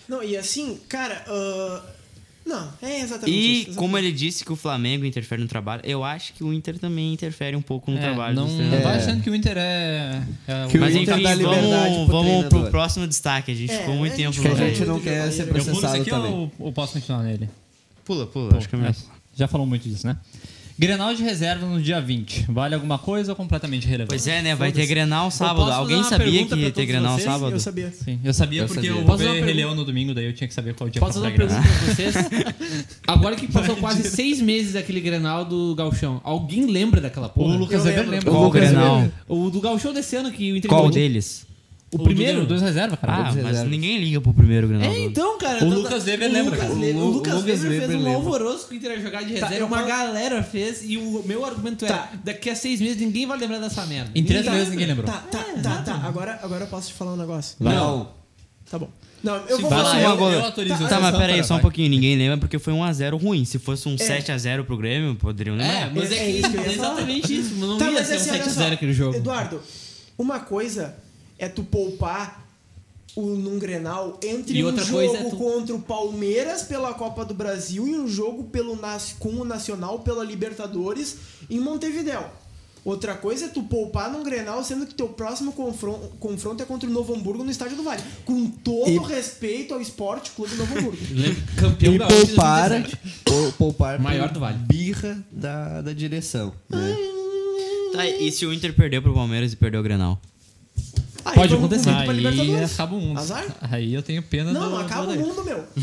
S5: Não, e assim, cara, ah, Não, é exatamente isso.
S3: E
S5: exatamente.
S3: como ele disse que o Flamengo interfere no trabalho, eu acho que o Inter também interfere um pouco no
S1: É,
S3: trabalho
S1: não,
S3: dos
S1: não
S3: treinadores.
S1: vai achando que o Inter é. é
S2: Que
S1: o-
S2: o
S3: Mas
S2: Inter
S3: enfim,
S2: dá liberdade pro
S3: vamos, vamos pro
S2: treinador.
S3: próximo destaque. A gente
S5: É,
S3: ficou muito
S5: a
S3: tempo
S5: gente
S2: Que a
S5: É.
S2: gente
S3: longe.
S2: não quer ser
S5: Eu pulo
S1: eu pulo isso
S2: processado
S1: aqui
S2: também.
S1: ou, ou posso continuar nele?
S3: Pula, pula.
S1: Pô,
S3: acho que é
S1: é,
S3: melhor.
S1: já falou muito disso, né? Grenal de reserva no dia 20. Vale alguma coisa ou completamente relevante?
S3: Pois é, né? Vai ter Grenal
S1: posso
S3: sábado.
S1: fazer
S3: Alguém
S1: uma
S3: sabia
S1: pergunta
S3: que
S1: pra
S3: ia ter
S1: todos
S3: Grenal
S1: vocês?
S3: sábado?
S5: Eu sabia.
S1: Sim, eu sabia
S3: Eu
S1: porque
S3: sabia.
S1: eu vou
S4: Posso fazer
S1: ver
S4: uma
S1: Rei Leão no domingo, daí eu tinha que saber qual dia
S4: Posso fazer
S1: comprar
S4: uma pergunta
S1: Grenal.
S4: pra vocês? Agora que passou quase seis meses daquele Grenal do Galchão, alguém lembra daquela
S1: O
S4: porra?
S1: Lucas
S5: Eu
S1: Weber
S5: lembro.
S1: lembra.
S3: Qual o Grenal?
S4: O do Galchão desse ano que o Inter
S3: Qual
S4: ganhou.
S3: deles?
S4: O
S1: do-
S4: primeiro?
S1: Dos reserva, cara.
S3: Ah,
S2: Todos
S3: mas
S2: reservas.
S3: ninguém liga pro primeiro Grenal.
S5: É, então, cara.
S1: O
S5: tá-
S1: Lucas Weber
S5: o
S1: lembra,
S5: Lucas
S1: cara.
S5: Le-
S2: O
S5: O Lucas
S2: Lucas
S5: Weber
S2: Weber
S5: fez um
S2: lembra.
S5: alvoroço.
S4: alvoroço que o Inter ia jogar de
S5: Tá,
S4: reserva.
S5: eu
S4: uma
S5: vou-
S4: galera fez e o meu argumento era:
S5: Tá.
S4: daqui a seis meses ninguém vai lembrar dessa merda.
S1: Em três
S4: Ninguém-
S1: meses ninguém lembrou. É,
S5: Tá, tá, tá, tá. Agora, agora eu posso te falar um negócio.
S2: Não.
S5: Tá bom. Não, eu vou
S1: vai
S5: falar.
S1: lá,
S5: eu-
S1: eu,
S3: agora.
S1: eu autorizo.
S3: Tá, mas pera aí, só um
S1: pouquinho.
S3: pouquinho. Ninguém lembra porque foi um a 0 ruim. Se fosse um 7x0 pro Grêmio, poderiam
S4: É,
S3: lembrar.
S4: mas é,
S5: É
S4: que
S5: isso que eu ia
S4: é
S5: falar.
S4: exatamente isso. Não
S5: Tá,
S4: ia
S5: mas
S4: ser
S5: assim,
S4: um
S5: olha
S4: 7x0
S5: só.
S4: aquele jogo.
S5: Eduardo, uma coisa é tu poupar o, num Grenal entre
S4: E
S5: um
S4: outra
S5: jogo
S4: coisa é tu-
S5: contra o Palmeiras pela Copa do Brasil e um jogo pelo, nas- com o Nacional pela Libertadores em Montevidéu. Outra coisa é tu poupar num Grenal, sendo que teu próximo confron- confronto é contra o Novo Hamburgo no Estádio do Vale. Com todo
S2: E-
S5: respeito ao Esporte Clube Novo
S4: [laughs]
S5: Hamburgo.
S4: Lembra? Tá. Campeão
S2: E
S4: gaúcho de
S2: poupar,
S4: 2017.
S2: pou- poupar por
S4: Maior do Vale.
S2: birra da, da direção. Né?
S3: Tá, e se o Inter perdeu pro Palmeiras e perdeu o Grenal?
S5: Aí
S4: Pode
S5: vamos
S4: acontecer.
S5: pro grupo pra
S1: Aí
S5: Libertadores.
S1: acaba o mundo.
S5: Azar?
S1: Aí eu tenho pena
S5: Não,
S1: do...
S5: acaba o
S1: do-
S5: mundo, meu. [laughs]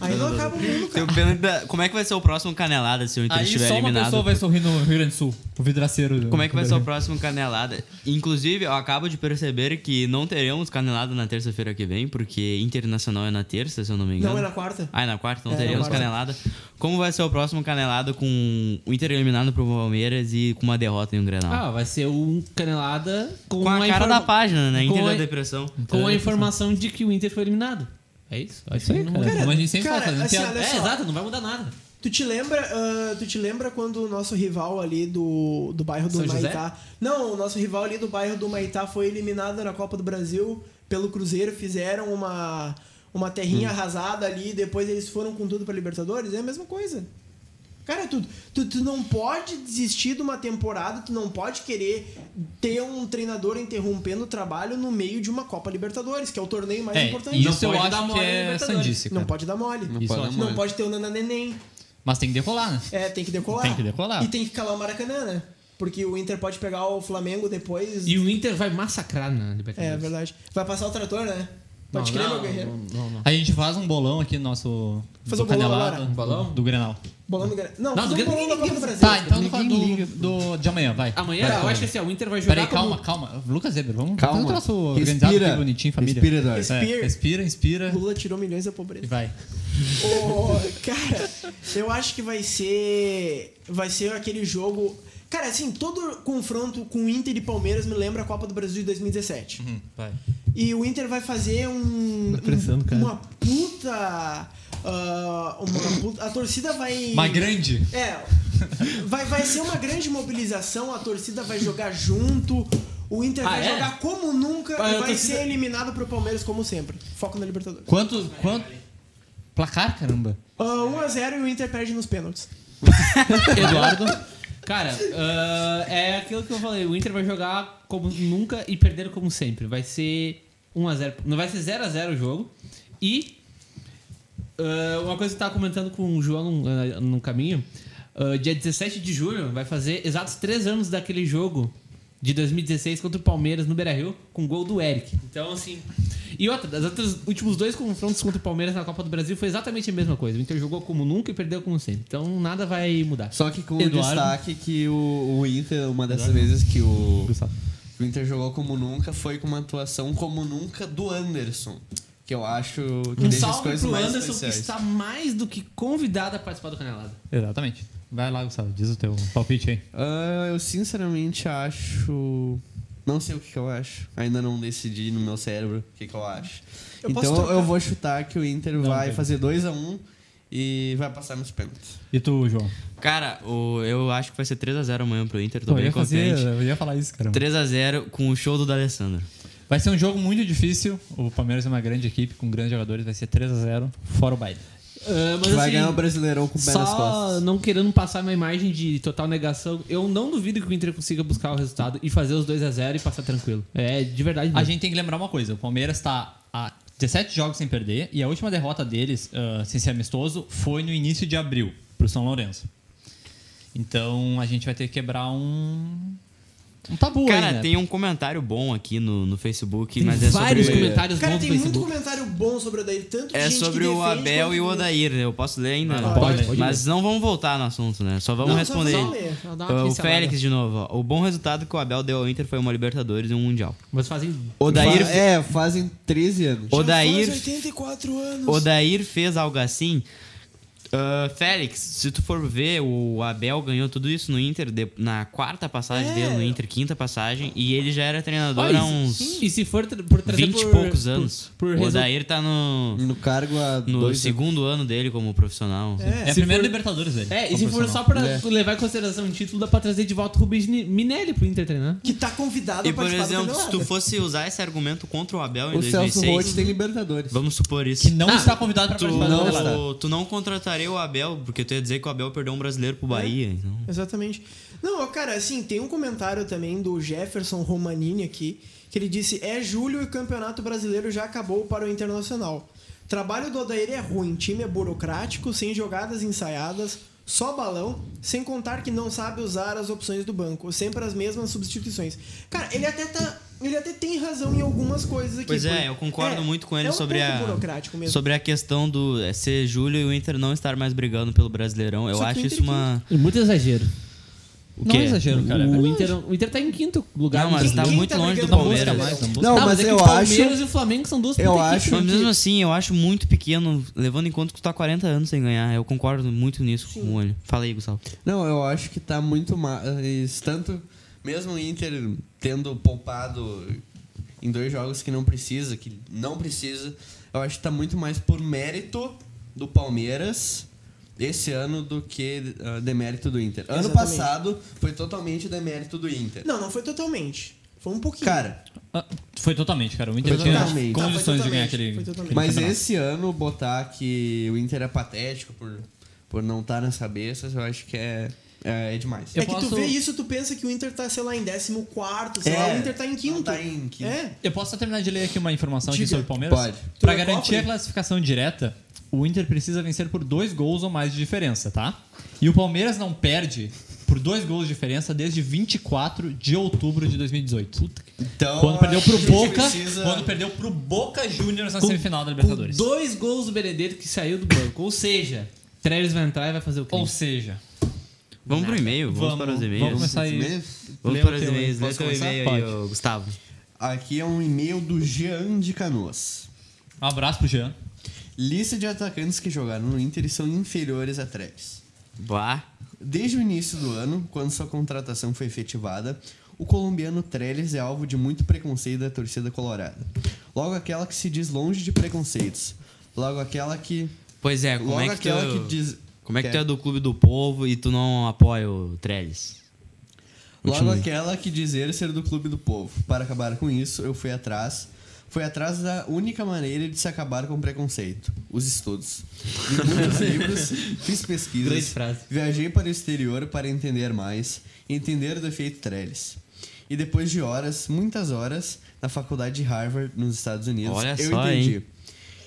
S5: Aí não acaba o mundo, cara.
S3: Tenho pena da- Como é que vai ser o próximo Canelada se o Inter
S1: Aí
S3: estiver
S1: só uma
S3: eliminado?
S1: pessoa vai sorrir no Rio Grande do Sul. O vidraceiro. do-
S3: Como é que vai
S1: do
S3: ser o
S1: Brasil.
S3: próximo Canelada? Inclusive, eu acabo de perceber que não teremos Canelada na terça-feira que vem, porque Internacional é na terça, se eu não me engano.
S5: Não, é na quarta.
S3: Ah, é na quarta? Não
S5: É,
S3: teremos
S5: na quarta.
S3: Canelada. Como vai ser o próximo Canelada com o Inter eliminado pro Palmeiras e com uma derrota em um Grenal?
S4: Ah, vai ser um canelada com,
S3: com a
S4: uma
S3: cara
S4: informa-
S3: da página, né?
S4: com
S3: Inter da
S4: a-
S3: depressão.
S4: Com a informação de que o Inter foi eliminado. É isso?
S1: É isso aí,
S4: Não-
S1: cara. Como a gente sempre
S5: cara,
S1: fala, fazendo
S5: assim,
S1: piada.
S5: olha
S4: É,
S5: só.
S4: exato, não vai mudar nada.
S5: Tu te lembra, ah, tu te lembra quando o nosso rival ali do, do bairro do
S4: São José?
S5: Maitá. Não, o nosso rival ali do bairro do Maitá foi eliminado na Copa do Brasil pelo Cruzeiro, fizeram uma uma
S1: Hum.
S5: terrinha arrasada ali, depois eles foram com tudo pra Libertadores, é a mesma coisa. Cara, é tudo. Tu, tu não pode desistir de uma temporada, tu não pode querer ter um treinador interrompendo o trabalho no meio de uma Copa Libertadores, que é o torneio mais
S1: É,
S5: importante.
S1: isso
S5: não
S1: eu
S5: pode
S1: acho
S5: dar
S1: que
S5: mole na
S1: é
S5: Libertadores.
S1: sandice,
S5: Não
S1: cara.
S5: pode dar mole.
S2: Não pode dar
S5: não
S2: mole.
S5: pode ter o Nana Neném.
S1: Mas tem que decolar, né?
S5: É, tem que decolar.
S1: Tem que decolar.
S5: E tem que calar o Maracanã, né? Porque o Inter pode pegar o Flamengo depois.
S4: E o Inter vai massacrar na Libertadores.
S5: É, verdade. Vai passar o trator, né? Pode crer, meu guerreiro.
S4: Não, não, não.
S1: A gente faz um bolão aqui no nosso.
S5: Faz
S1: do
S5: um bolão
S1: canelada,
S5: agora?
S1: do-
S4: Bolão?
S1: Do Grenal.
S5: Bolão do Gra- Não,
S4: Não,
S5: não,
S4: do
S5: não
S4: Grêmio
S5: bolão da Copa do Brasil.
S1: Tá, então
S2: ninguém
S1: do,
S2: liga.
S1: do, de amanhã, vai.
S4: Amanhã,
S1: Vai,
S4: eu
S1: vai.
S4: acho que assim, ó, o Inter vai jogar
S1: Peraí,
S4: como-
S1: calma, calma. Lucas Weber, vamos
S2: Calma.
S1: fazer um troço
S2: Respira.
S1: organizado aqui, bonitinho, família.
S2: Respira, Eduardo.
S1: É, respira, inspira
S5: Lula tirou milhões da
S1: e
S5: pobreza.
S1: vai.
S5: Ô, [laughs] cara, eu acho que vai ser. Vai ser aquele jogo. Cara, assim, todo confronto com Inter e Palmeiras me lembra a Copa do Brasil de 2017.
S1: vai.
S5: E o Inter vai fazer um.
S1: Tá pressando,
S5: um-
S1: cara.
S5: Uma puta. ah, uma puta. A torcida vai.
S1: Uma grande.
S5: É. Vai, vai ser uma grande mobilização, a torcida vai jogar junto. O Inter
S4: Ah,
S5: vai
S4: é?
S5: jogar como nunca
S4: Ah,
S5: e
S4: a
S5: vai
S4: torcida-
S5: ser eliminado pro Palmeiras como sempre. Foco na Libertadores.
S1: Quanto. quanto... Placar, caramba.
S5: Ah, 1x0 e o Inter perde nos pênaltis.
S1: Eduardo.
S4: Cara, ah, é aquilo que eu falei. O Inter vai jogar como nunca e perder como sempre. Vai ser 1x0. Não vai ser 0x0 o jogo. E ah, uma coisa que eu tava comentando com o João ah, no caminho. ah, dia 17 de julho vai fazer exatos 3 anos daquele jogo de 2016 contra o Palmeiras no Beira-Rio com gol do Eric. Então, assim... E outra, das outras últimos dois confrontos contra o Palmeiras na Copa do Brasil foi exatamente a mesma coisa. O Inter jogou como nunca e perdeu como sempre. Então, nada vai mudar.
S2: Só que com
S1: Eduardo.
S2: o destaque que o, o Inter, uma dessas vezes que o, que o Inter jogou como nunca, foi com uma atuação como nunca do Anderson. Que eu acho que
S4: Um
S2: deixa as
S4: salve
S2: coisas
S4: pro
S2: mais
S4: Anderson
S2: especiais.
S4: que está mais do que convidado a participar do Canelada.
S1: Exatamente. Vai lá, Gustavo, diz o teu palpite aí.
S2: Ah, eu sinceramente acho. Não sei o que, que eu acho. Ainda não decidi no meu cérebro o que, que eu acho.
S5: Eu posso
S2: então
S5: trocar?
S2: eu vou chutar que o Inter vai
S1: velho.
S2: fazer 2x1 e vai passar nos pênaltis.
S1: E tu, João?
S3: Cara, o- eu acho que vai ser 3x0 amanhã pro Inter, tô
S1: Pô, eu,
S3: bem
S1: ia fazer- né?
S3: contente.
S1: eu ia falar isso, cara.
S3: 3x0 com o show do D'Alessandro.
S1: Vai ser um jogo muito difícil. O Palmeiras é uma grande equipe, com grandes jogadores. Vai ser 3x0, fora o baile.
S4: Ah, mas
S2: Vai
S4: assim,
S2: ganhar o Brasileirão com o pé nas
S4: Só
S2: costas.
S4: não querendo passar uma imagem de total negação, eu não duvido que o Inter consiga buscar o resultado e fazer os 2 a 0 e passar tranquilo. É de verdade.
S1: A
S4: Mesmo.
S1: gente tem que lembrar uma coisa: o Palmeiras tá a 17 jogos sem perder e a última derrota deles, ah, sem ser amistoso, foi no início de abril, pro São Lourenço. Então a gente vai ter que quebrar um. Um tabu
S3: Cara,
S1: aí, né?
S3: tem um comentário bom aqui no, no Facebook,
S4: Tem
S3: mas é sobre.
S4: vários comentários
S5: Cara,
S4: bons no
S5: tem muito
S4: Facebook.
S5: comentário bom sobre o Odair. Tanto de
S3: É
S5: gente
S3: sobre
S5: que
S3: o
S5: defende
S3: Abel
S5: quanto
S3: e o
S5: que-
S3: Odair, né? Eu posso ler ainda?
S1: Ah, pode,
S4: pode
S3: Mas não vamos voltar no assunto, né? Só vamos
S5: Não, só
S3: responder.
S5: vamos ler.
S4: Só dá uma
S3: Ah, o
S4: pincelada.
S3: Félix de novo, ó. O bom resultado que o Abel deu ao Inter foi uma Libertadores e um Mundial.
S4: Mas fazem
S3: Odair,
S2: Fa- É, fazem 13 anos.
S5: Já
S3: Odair-
S5: faz 84 anos.
S3: Odair fez algo assim. Ah, Félix, se tu for ver, o Abel ganhou tudo isso no Inter, de- na quarta passagem
S5: É.
S3: dele no Inter, quinta passagem, e ele já era treinador
S4: Olha,
S3: há uns
S4: sim, E se for tra- por trazer
S3: 20 e
S4: por-
S3: poucos
S4: por-
S3: anos.
S4: por
S3: o
S4: resultado-
S3: Odair tá no,
S2: No cargo há
S3: no
S2: dois
S3: segundo ano dele como profissional.
S1: É a
S4: Se
S1: primeira
S4: for-
S1: Libertadores dele.
S4: É, e se for só
S1: Profissional.
S4: pra levar em consideração o título, dá pra trazer de volta o Rubens Ni- Minelli pro Inter treinar.
S5: Que tá convidado
S3: E,
S5: a
S3: por
S5: participar da
S3: exemplo, se tu
S5: canelada.
S3: fosse usar esse argumento contra o Abel em
S2: anos. O Celso Roth
S3: 2006,
S2: tem Libertadores.
S3: vamos supor isso.
S1: Que não
S4: Ah,
S1: está convidado pra
S3: Tu
S1: participar
S2: não
S1: da
S2: está.
S1: pelada.
S3: não, tu não contrataria o Abel, porque tu ia dizer que o Abel perdeu um brasileiro pro Bahia. então.
S5: Exatamente. Não, ó, cara, assim, tem um comentário também do Jefferson Romanini aqui, que ele disse: é julho e o campeonato brasileiro já acabou para o internacional. Trabalho do Odair é ruim, time é burocrático, sem jogadas ensaiadas, só balão, sem contar que não sabe usar as opções do banco, sempre as mesmas substituições. Cara, ele até tá. Ele até tem razão em algumas coisas aqui.
S3: Pois é,
S5: porque-
S3: eu concordo muito com ele
S5: é um
S3: sobre
S5: pouco
S3: a-
S5: burocrático mesmo.
S3: Sobre a questão do é, ser Júlio e o Inter não estar mais brigando pelo Brasileirão, eu
S5: Só que o
S3: acho
S5: Inter
S3: isso uma.
S4: Muito exagero.
S3: O
S1: Não é exagero, cara. é
S4: o,
S1: verdade.
S4: Inter, o Inter tá em quinto lugar.
S3: Não, mas
S5: Quem-
S3: tá
S5: quem
S3: muito
S5: tá
S3: longe do
S5: brigando
S1: Não busca
S3: Palmeiras.
S5: mais,
S1: mais, não busca.
S2: Não,
S4: Tá,
S2: mas,
S4: é que
S2: eu
S4: o
S2: acho.
S4: Palmeiras e o Flamengo são duas
S2: eu
S4: puta
S2: acho-
S4: equipes.
S3: Mas mesmo assim, eu acho muito pequeno, levando em conta que tu tá 40 anos sem ganhar. Eu concordo muito nisso com ele. Fala aí, Gustavo.
S2: Não, eu acho que tá muito mais. Tanto. Mesmo o Inter tendo poupado em dois jogos que não precisa, que não precisa, eu acho que tá muito mais por mérito do Palmeiras esse ano do que ah, demérito do Inter. Ano
S5: Exatamente.
S2: passado foi totalmente demérito do Inter.
S5: Não, não foi totalmente. Foi um pouquinho.
S2: Cara,
S1: Ah, Foi totalmente, cara. O Inter
S2: Foi
S1: tinha
S2: totalmente.
S5: Tá, foi
S1: condições de ganhar
S5: totalmente,
S1: aquele.
S5: foi
S1: aquele
S5: totalmente.
S2: mas
S1: campeonato.
S2: esse ano botar que o Inter é patético por, por não estar nas cabeças, eu acho que é, é, é demais.
S1: Eu
S5: é que
S1: posso-
S5: tu vê isso, tu pensa que o Inter tá, sei lá, em 14, sei
S2: É,
S5: lá, o Inter tá em quinto.
S2: não tá em quinto.
S5: É.
S1: Eu posso só terminar de ler aqui uma informação aqui
S2: Diga.
S1: sobre o Palmeiras?
S2: Pode.
S1: Pra
S5: Tu é
S1: garantir
S5: cofre?
S1: a classificação direta, o Inter precisa vencer por dois gols ou mais de diferença, tá? E o Palmeiras não perde por dois gols de diferença desde 24 de outubro de 2018.
S2: Então,
S5: Ah,
S1: Quando perdeu pro
S2: acho que a gente
S1: Boca,
S2: precisa-
S1: quando perdeu pro Boca Juniors na
S4: Com-
S1: semifinal da
S4: Com
S1: Libertadores.
S4: dois gols do Benedetto que saiu do banco. Ou seja, Trellis vai entrar e vai fazer o quê?
S1: Ou seja,
S3: Vamos pro e-mail, vamos, para os e-mails.
S1: vamos começar aí.
S2: Mesmo?
S3: Vamos
S1: Lê
S3: para
S1: o
S3: os
S1: teu aí.
S3: e-mails, lê
S1: Posso
S3: teu
S1: começar?
S3: e-mail aí,
S1: Pode.
S3: ô, Gustavo.
S2: Aqui é um e-mail do Jean de Canoas.
S1: Um abraço pro Jean.
S2: Lista de atacantes que jogaram no Inter e são inferiores a Treves.
S3: Vá.
S2: Desde o início do ano, quando sua contratação foi efetivada, o colombiano Trellis é alvo de muito preconceito da torcida colorada. Logo aquela que se diz longe de preconceitos. Logo aquela que.
S3: Pois é, como
S2: Logo
S3: é que
S2: aquela
S3: tu...
S2: que diz.
S3: Como é que
S2: Quer-
S3: tu é do clube do povo e tu não apoia o Trellis?
S2: Logo
S3: Continue.
S2: aquela que dizer ser do clube do povo. Para acabar com isso, eu fui atrás. Fui atrás da única maneira de se acabar com o preconceito: os estudos. Li
S4: [laughs]
S2: muitos livros, fiz pesquisas.
S4: Grande frase.
S2: Viajei para o exterior para entender mais, entender do efeito Trellis. E depois de horas, muitas horas, na faculdade de Harvard, nos Estados Unidos,
S3: Olha
S2: eu
S3: só,
S2: entendi.
S3: hein?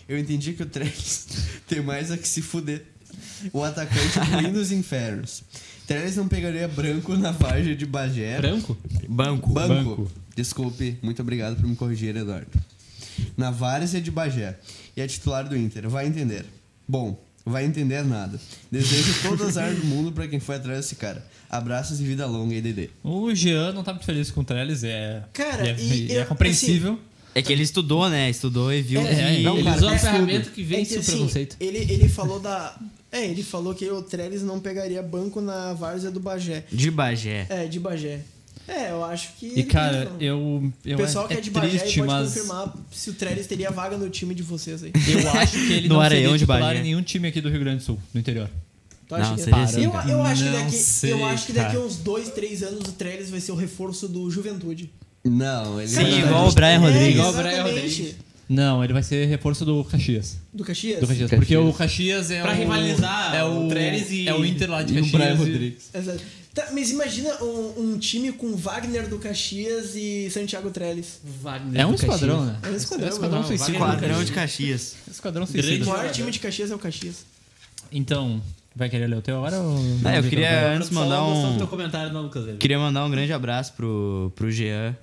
S2: Eu entendi que o Trellis [laughs] tem mais a que se fuder. O atacante
S3: [laughs]
S2: ruim dos infernos. Trellis não pegaria branco na página de Bagé.
S4: Branco?
S3: Banco.
S2: Banco. Desculpe, muito obrigado por me corrigir, Eduardo. Na várzea de Bagé. E é titular do Inter. Vai entender. Bom, vai entender nada. Desejo todo azar do mundo pra quem foi atrás desse cara. Abraços e vida longa, EDD.
S1: O Jean não tá muito feliz com o Trellis, é.
S5: Cara,
S1: e é,
S5: e
S1: e é
S5: eu- assim,
S1: compreensível.
S3: É que ele estudou, né? Estudou e viu que...
S4: Ele
S1: é,
S2: cara,
S4: usou a
S2: faz tudo.
S4: ferramenta que
S5: É
S4: vence
S5: que,
S4: o
S5: assim,
S4: preconceito.
S5: Ele, ele falou da. É, ele falou que o Trellis não pegaria banco na várzea do Bagé.
S3: De Bagé.
S5: É, de Bagé. É, eu acho que.
S1: E cara,
S5: não.
S1: eu. eu
S5: O pessoal que é, de Bagé
S1: triste,
S5: pode
S1: mas
S5: confirmar se o Trellis teria vaga no time de vocês aí.
S1: Eu acho que ele
S3: No
S1: não
S3: Areião
S1: seria
S3: de
S1: titular
S3: Bagé.
S1: em nenhum time aqui do Rio Grande do Sul, do interior.
S5: Tu acha
S3: Não,
S5: que- é
S3: seria sim,
S5: eu,
S3: cara.
S5: eu acho que
S1: Não
S5: daqui,
S1: sei,
S5: eu acho que daqui
S1: cara.
S5: uns dois, três anos o Trellis vai ser o reforço do Juventude.
S2: Não, ele
S3: Sim,
S2: não tá
S3: igual o
S2: justo.
S3: Brian
S5: É,
S3: Rodrigues.
S4: igual o Brian
S5: exatamente.
S1: Não, ele vai ser reforço do Caxias.
S5: Do Caxias?
S1: Do Caxias. Porque o Caxias é
S4: Pra
S1: o...
S4: rivalizar
S1: é
S4: o
S1: o
S4: Trellis e-
S1: É o Inter lá de
S2: e o
S1: Caxias.
S2: Brian
S1: e-
S2: Rodrigues.
S5: Exato. Tá, mas imagina um, um time com Wagner do Caxias e Santiago Trellis.
S4: Wagner
S1: É um
S4: do Caxias.
S1: esquadrão, né?
S5: É um esquadrão,
S1: É um esquadrão
S4: não,
S1: suicida.
S4: vai-
S3: Quadrão de Caxias.
S1: Esquadrão
S5: O
S1: suicida.
S4: Grande-
S5: maior time de Caxias é o Caxias.
S1: Então, vai querer ler o teu agora ou...
S3: Ah, eu queria
S4: Quero
S3: antes
S4: só
S3: mandar
S4: mostrar o teu
S3: um.
S4: comentário não, Lucas. Weber.
S3: Queria mandar um grande abraço pro, pro Jean,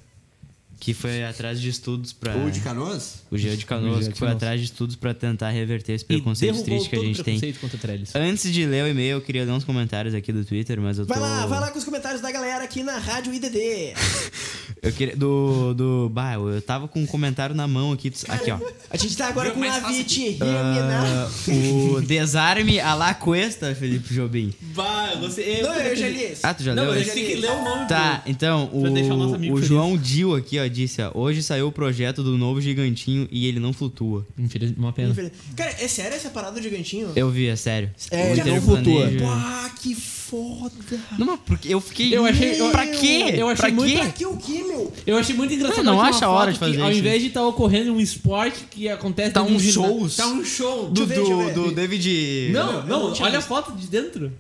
S3: que foi atrás de estudos pra.
S2: Ou de canoas?
S3: O Jean de
S1: O
S3: Canoas,
S1: Jean
S3: que
S1: de
S3: foi
S1: Canoas.
S3: atrás de estudos pra tentar reverter esse
S4: E
S3: preconceito
S4: derrubou
S3: triste que a
S4: todo o
S3: gente tem.
S4: preconceito contra o Trellis.
S3: Antes de ler o e-mail, eu queria ler uns comentários aqui do Twitter, mas eu tô.
S5: Vai lá, vai lá com os comentários da galera aqui na Rádio IDD.
S3: Eu queria. Do. do bah, eu tava com um comentário na mão aqui. tu- Aqui, ó.
S5: A gente tá agora
S4: Viu?
S5: com né?
S4: Mais
S5: a
S4: fácil
S5: Viti.
S3: Ah, o desarme à la cuesta, Felipe Jobim.
S4: Bah, eu gostei.
S5: Não, eu já li esse.
S3: Ah, tu já
S4: Não,
S3: leu?
S4: mas a
S3: esse?
S4: gente tem que ler o nome
S3: Tá,
S4: do-
S3: então,
S4: Pra deixar o nosso
S3: o,
S4: amigo
S3: o
S4: feliz.
S3: João Dio aqui, ó, disse, ó, hoje saiu o projeto do novo gigantinho e ele não flutua.
S4: Infelizmente, uma pena.
S5: Cara, é sério essa parada do gigantinho?
S3: Eu vi, é sério.
S5: É,
S3: O
S5: ele não
S3: interplaneja-
S5: Pá, ah, que foda.
S3: Não, mas porque eu fiquei...
S4: Eu achei- eu-
S3: pra quê?
S4: eu achei
S3: pra
S4: muito-
S3: quê?
S5: Pra que o que, meu?
S4: Eu achei muito engraçado.
S3: Ah, não
S4: que tinha
S3: acha a
S4: uma
S3: hora
S4: foto
S3: de fazer
S4: que, Ao
S3: isso.
S4: invés de estar ocorrendo um esporte que acontece...
S3: Tá
S4: dentro
S3: um
S4: de gina-
S3: shows.
S4: Tá um show.
S3: Do,
S5: Deixa eu ver, deixa
S3: do,
S5: eu
S3: do
S5: ver.
S3: David...
S4: Não, é um não,
S5: tinha
S4: olha a
S5: visto.
S4: foto de dentro.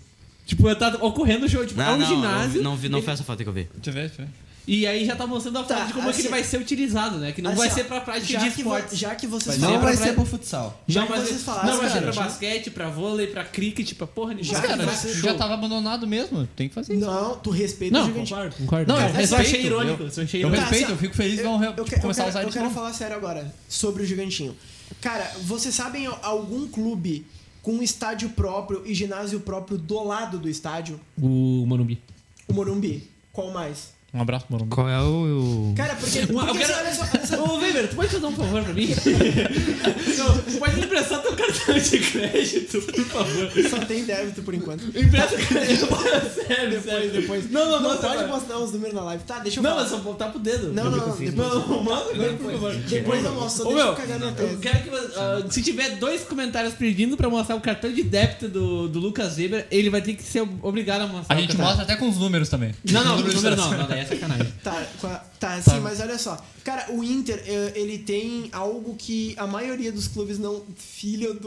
S4: Tipo, tá ocorrendo o show. Tipo, é um
S3: não,
S4: ginásio.
S3: Não, vi, não foi essa foto que eu vi.
S1: Deixa eu ver, deixa eu ver.
S4: E aí já tá mostrando a foto
S5: Tá,
S4: de como é que
S5: assim-
S4: ele vai ser utilizado, né? Que não
S5: Assim,
S4: vai
S5: ó,
S4: ser pra prática de
S5: já que, vo-
S4: esportes.
S5: já que vocês
S4: Não
S2: Não
S5: falaram-
S4: vai
S2: vai
S4: pra-
S2: ser pro futsal.
S5: já
S4: Não,
S5: que
S4: mas
S5: vocês
S4: é-
S5: falaram,
S4: Não, vai ser
S5: cara,
S4: pra
S5: já-
S4: basquete, pra vôlei, pra cricket, pra porra nenhuma.
S5: Já
S1: Mas,
S5: que
S1: cara,
S5: vai ser
S1: já
S5: show.
S1: tava abandonado mesmo. Tem que fazer isso.
S5: Não, tu respeita o
S4: Não,
S5: gigantinho.
S4: concordo, concordo.
S1: Não,
S4: Não,
S1: eu
S4: eu só achei
S1: respeito,
S4: irônico.
S1: eu-
S4: Eu só achei
S1: Eu
S4: irônico.
S5: Tá,
S1: respeito,
S5: assim,
S1: eu fico feliz, vão re- tipo,
S5: eu, que- eu
S1: começar a
S5: quero,
S1: usar
S5: eu
S1: de
S5: quero
S1: novo.
S5: falar sério agora sobre o gigantinho. Cara, vocês sabem algum clube com estádio próprio e ginásio próprio do lado do estádio?
S4: O Morumbi.
S5: O Morumbi. Qual mais?
S1: Um abraço, Morumbi.
S3: Qual é o...
S5: Cara,
S1: [laughs]
S5: porque.
S4: Uma- eu
S5: porque
S4: quero-
S5: olha só, olha só.
S4: Ô, Weber, tu pode fazer um favor pra mim? Não, tu pode me emprestar teu cartão de crédito, por favor.
S5: Só tem débito
S1: [laughs]
S5: por enquanto.
S4: Me empresta o crédito. [laughs] Sério, sério.
S5: Depois.
S4: Não, não,
S5: não.
S4: mostra
S5: pode
S4: agora.
S5: mostrar os números na live. Tá, deixa eu
S4: Não,
S5: falar.
S4: mas só apontar pro dedo.
S5: Não, não, não.
S4: Não,
S5: Depois,
S4: não, manda agora, por favor.
S5: depois eu mostro, só
S4: Ô,
S5: deixa
S4: meu,
S5: eu cagar na
S4: eu
S5: tese.
S4: quero que. ah, se tiver dois comentários pedindo pra mostrar o cartão de débito do, do Lucas Weber, ele vai ter que ser obrigado a mostrar.
S1: A
S4: o
S1: gente
S4: cartão.
S1: mostra até com os números também. [laughs]
S4: Não, não, não, não, não, não, daí é sacanagem.
S5: Tá, com a- tá, sim, mas olha só. Cara, o Inter, eh, ele tem algo que a maioria dos clubes não. Filho do.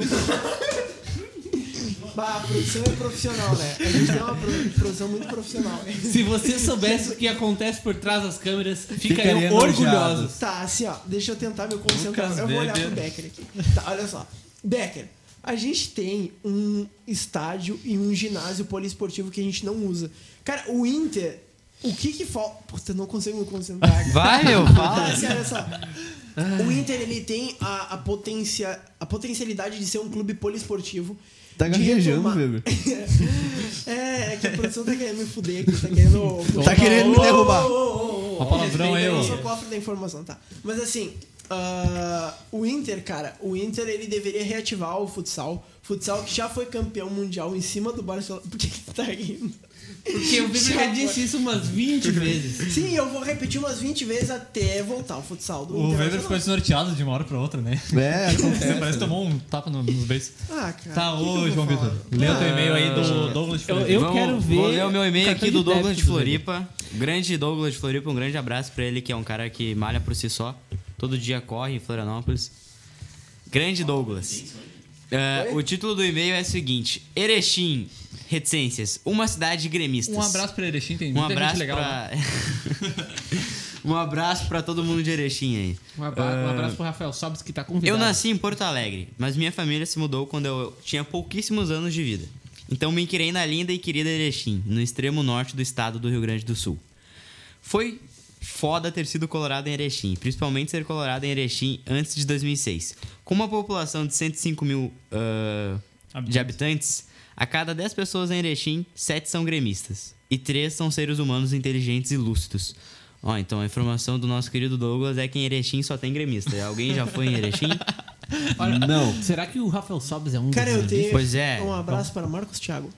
S5: Bah, a produção é profissional, né? A gente tem uma pro- produção muito profissional. [laughs]
S4: Se você soubesse o que acontece por trás das câmeras,
S2: Ficaria
S4: ficariam
S2: elogiado.
S4: orgulhosos.
S5: Tá, assim, ó, deixa eu tentar me concentrar.
S2: Lucas
S5: Eu vou olhar
S2: Weber.
S5: pro Becker aqui. Tá, olha só. Becker, a gente tem um estádio e um ginásio poliesportivo que a gente não usa. Cara, o Inter, o que que falta. Puta, eu não consigo me concentrar. cara.
S3: Vai, meu, fala.
S5: Assim, olha só. O Inter ele tem a, a, potência, a potencialidade de ser um clube poliesportivo.
S2: Tá
S5: de
S2: gaguejando,
S5: retomar-
S2: Weber.
S5: É, é que a produção tá querendo me fuder aqui, tá querendo.
S2: Tá querendo me derrubar.
S5: Ô, ô, ô, ô,
S1: Uma palavrão aí,
S5: respeita
S1: ô.
S5: Eu sou cofre da informação, tá? Mas assim, ah, o Inter, cara, o Inter ele deveria reativar o futsal. Futsal que já foi campeão mundial em cima do Barcelona. Por que que tu tá rindo?
S4: Porque o Weber já disse isso
S5: [laughs]
S4: umas 20 vezes.
S5: Sim, eu vou repetir umas 20 vezes até voltar o futsal do
S1: O Weber
S5: Internacional.
S1: ficou desnorteado de uma hora pra outra, né?
S2: [laughs] É,
S1: Você
S2: acontece.
S1: parece que tomou um tapa no- nos beijos.
S5: Ah, cara.
S1: Tá,
S5: o que que eu
S1: ô
S5: vou
S1: João
S5: falar?
S1: Vitor. Lê o teu e-mail aí do Douglas
S4: Eu-
S1: Freitas.
S4: eu-
S3: Vamos-
S4: quero
S3: Vou
S4: ver
S3: ler o meu e-mail
S4: cartão
S3: aqui do
S4: de
S3: Douglas de
S4: débito do
S3: Floripa. Grande Douglas de Floripa, um grande abraço pra ele, que é um cara que malha por si só. Todo dia corre em Florianópolis. Grande Douglas. Ah, o título do e-mail é o seguinte: Erechim, reticências, uma cidade de gremistas.
S1: Um abraço pra Erechim, tem
S3: Um
S1: muita gente
S3: abraço
S1: legal. lá.
S3: pra. [laughs] um abraço pra todo mundo de Erechim aí.
S4: né? Um abraço,
S5: Ah.
S4: um abraço pro Rafael Sobes que tá convidado.
S3: Eu nasci em Porto Alegre, mas minha família se mudou quando eu tinha pouquíssimos anos de vida. Então me criei na linda e querida Erechim, no extremo norte do estado do Rio Grande do Sul. Foi foda ter sido colorado em Erechim, principalmente ser colorado em Erechim antes de 2006. Com uma população de 105 mil ah,
S1: Habitantes.
S3: de habitantes, a cada 10 pessoas em Erechim, 7 são gremistas e 3 são seres humanos inteligentes e lúcidos. Ó, então a informação do nosso querido Douglas é que em Erechim só tem gremista. Alguém já foi em Erechim?
S4: Olha,
S2: Não.
S4: Será que o Rafael Sobes é um
S5: Cara, eu
S4: desses?
S5: tenho
S3: Pois é.
S5: um abraço para Marcos Thiago,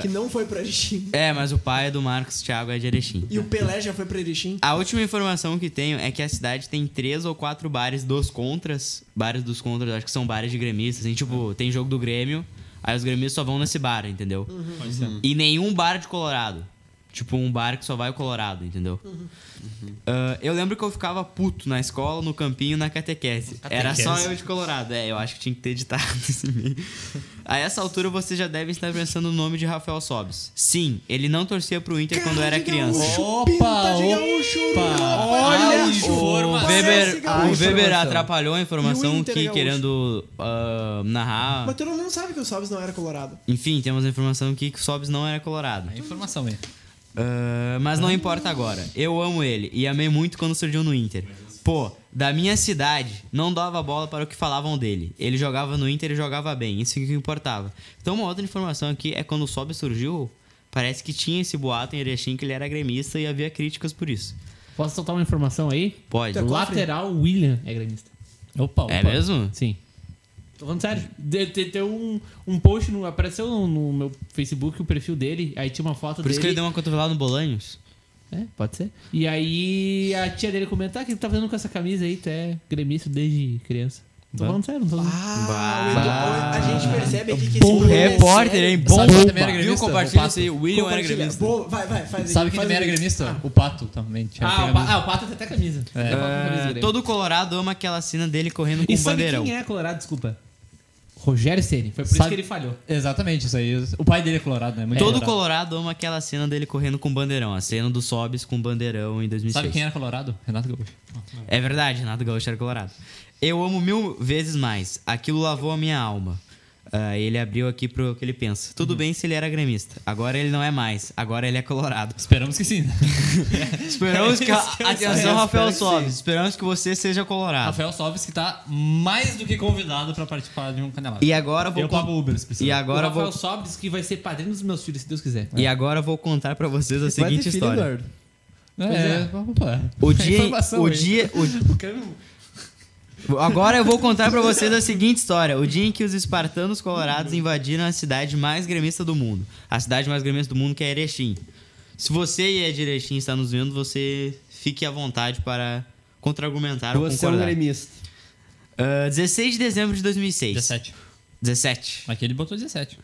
S5: que não foi para Erechim.
S3: [laughs] É, mas o pai do Marcos Thiago é de Erechim.
S5: E o Pelé já foi para Erechim.
S3: A última informação que tenho é que a cidade tem três ou quatro bares dos contras. Bares dos contras, acho que são bares de gremistas. Assim, tipo, tem jogo do Grêmio, aí os gremistas só vão nesse bar, entendeu? E nenhum bar de Colorado. Tipo um bar que só vai o Colorado, entendeu? Ah, eu lembro que eu ficava puto na escola, no campinho, na catequese. Era só eu de Colorado. É, eu acho que tinha que ter editado [laughs] esse meio. A essa altura você já deve estar pensando no nome de Rafael Sobis. Sim, ele não torcia pro Inter quando era
S5: é
S3: criança.
S1: Opa, opa. Olha a
S3: O
S1: informação.
S3: Weber,
S5: gaúcho.
S3: o Weber
S7: informação.
S3: atrapalhou a
S5: E o
S3: informação
S5: Inter é
S3: que,
S5: gaúcho.
S3: querendo ah, narrar.
S5: Mas tu não sabe que o Sobs não era colorado.
S3: Enfim, temos a informação que o Sobs não era colorado.
S1: A informação aí.
S3: Ah, mas não importa agora. Eu amo ele e amei muito quando surgiu no Inter. Pô, da minha cidade, não dava bola para o que falavam dele. Ele jogava no Inter e jogava bem, isso que importava. Então, uma outra informação aqui é quando o Sobe surgiu, parece que tinha esse boato em Erechim que ele era gremista e havia críticas por isso.
S4: Posso soltar uma informação aí?
S3: Pode.
S4: Lateral William é gremista.
S1: Opa, opa.
S3: É mesmo?
S4: Sim. Tô falando sério. De- de- Tem um, um post, no, apareceu no, no meu Facebook o perfil dele, aí tinha uma foto dele.
S3: Por isso que ele um- deu uma cotovelada no Bolanhos.
S4: É, pode ser. E aí a tia dele comentar que ele tá vendo com essa camisa aí, tu é gremista desde criança. Tô falando sério, não tô falando.
S5: Ah, o Edu- a gente percebe aqui que esse
S3: Bom
S5: programa é
S3: repórter,
S5: sério.
S3: hein? Bom.
S1: Sabe quem também era
S3: Viu?
S1: gremista?
S3: Compartilha
S1: O
S3: isso aí. O William era
S5: Compartilha.
S3: gremista.
S5: Boa, vai, vai, faz aí,
S1: Sabe quem
S5: faz
S1: também era
S5: aí.
S1: gremista? O Pato também. Tinha
S4: Ah, o,
S1: pegado-
S4: pa- ah, o Pato tem até camisa. É.
S3: Ah, todo Colorado ama aquela cena dele correndo com
S4: E
S3: o
S4: sabe
S3: bandeirão.
S4: quem é colorado, desculpa? Rogério Ceni. Foi por isso
S1: Sabe-
S4: que ele falhou.
S1: Exatamente, isso aí. O pai dele é colorado, né? Muito
S3: Todo colorado ama aquela cena dele correndo com o bandeirão, a cena do Sobis com o bandeirão em 2006.
S1: Sabe quem é? era colorado? Renato Gaúcho.
S3: É verdade, Renato Gaúcho era colorado. Eu amo mil vezes mais. Aquilo lavou a minha alma. Ah, ele abriu aqui pro que ele pensa. Tudo bem se ele era gremista. Agora ele não é mais. Agora ele é colorado.
S1: Esperamos que
S3: [laughs]
S1: sim. né?
S3: Esperamos que.
S1: isso que eu
S3: [laughs] Atenção, Rafael Sobis. Esperamos que você seja colorado.
S1: Rafael Sobis que tá mais do que convidado pra participar de um canelado.
S3: E agora eu vou.
S1: Eu
S3: con-
S1: pago Uber, se precisar. É,
S3: E agora
S4: Agora o
S3: eu vou.
S4: Rafael Sobres que vai ser padrinho dos meus filhos, se Deus quiser.
S2: É.
S3: E agora eu vou contar pra vocês a seguinte história.
S1: É, opa. [laughs]
S3: O dia,
S1: Informação
S3: o
S1: aí.
S3: dia,
S2: [laughs]
S3: o- Agora eu vou contar pra vocês a seguinte história. O dia em que os espartanos colorados invadiram a cidade mais gremista do mundo. A cidade mais gremista do mundo que é Erechim. Se você é de Erechim e está nos vendo, você fique à vontade para contra-argumentar ou
S2: Você é um
S3: concordar.
S2: gremista.
S3: Ah, 16 de dezembro de 2006.
S1: 17.
S3: 17.
S1: Aqui ele botou 17.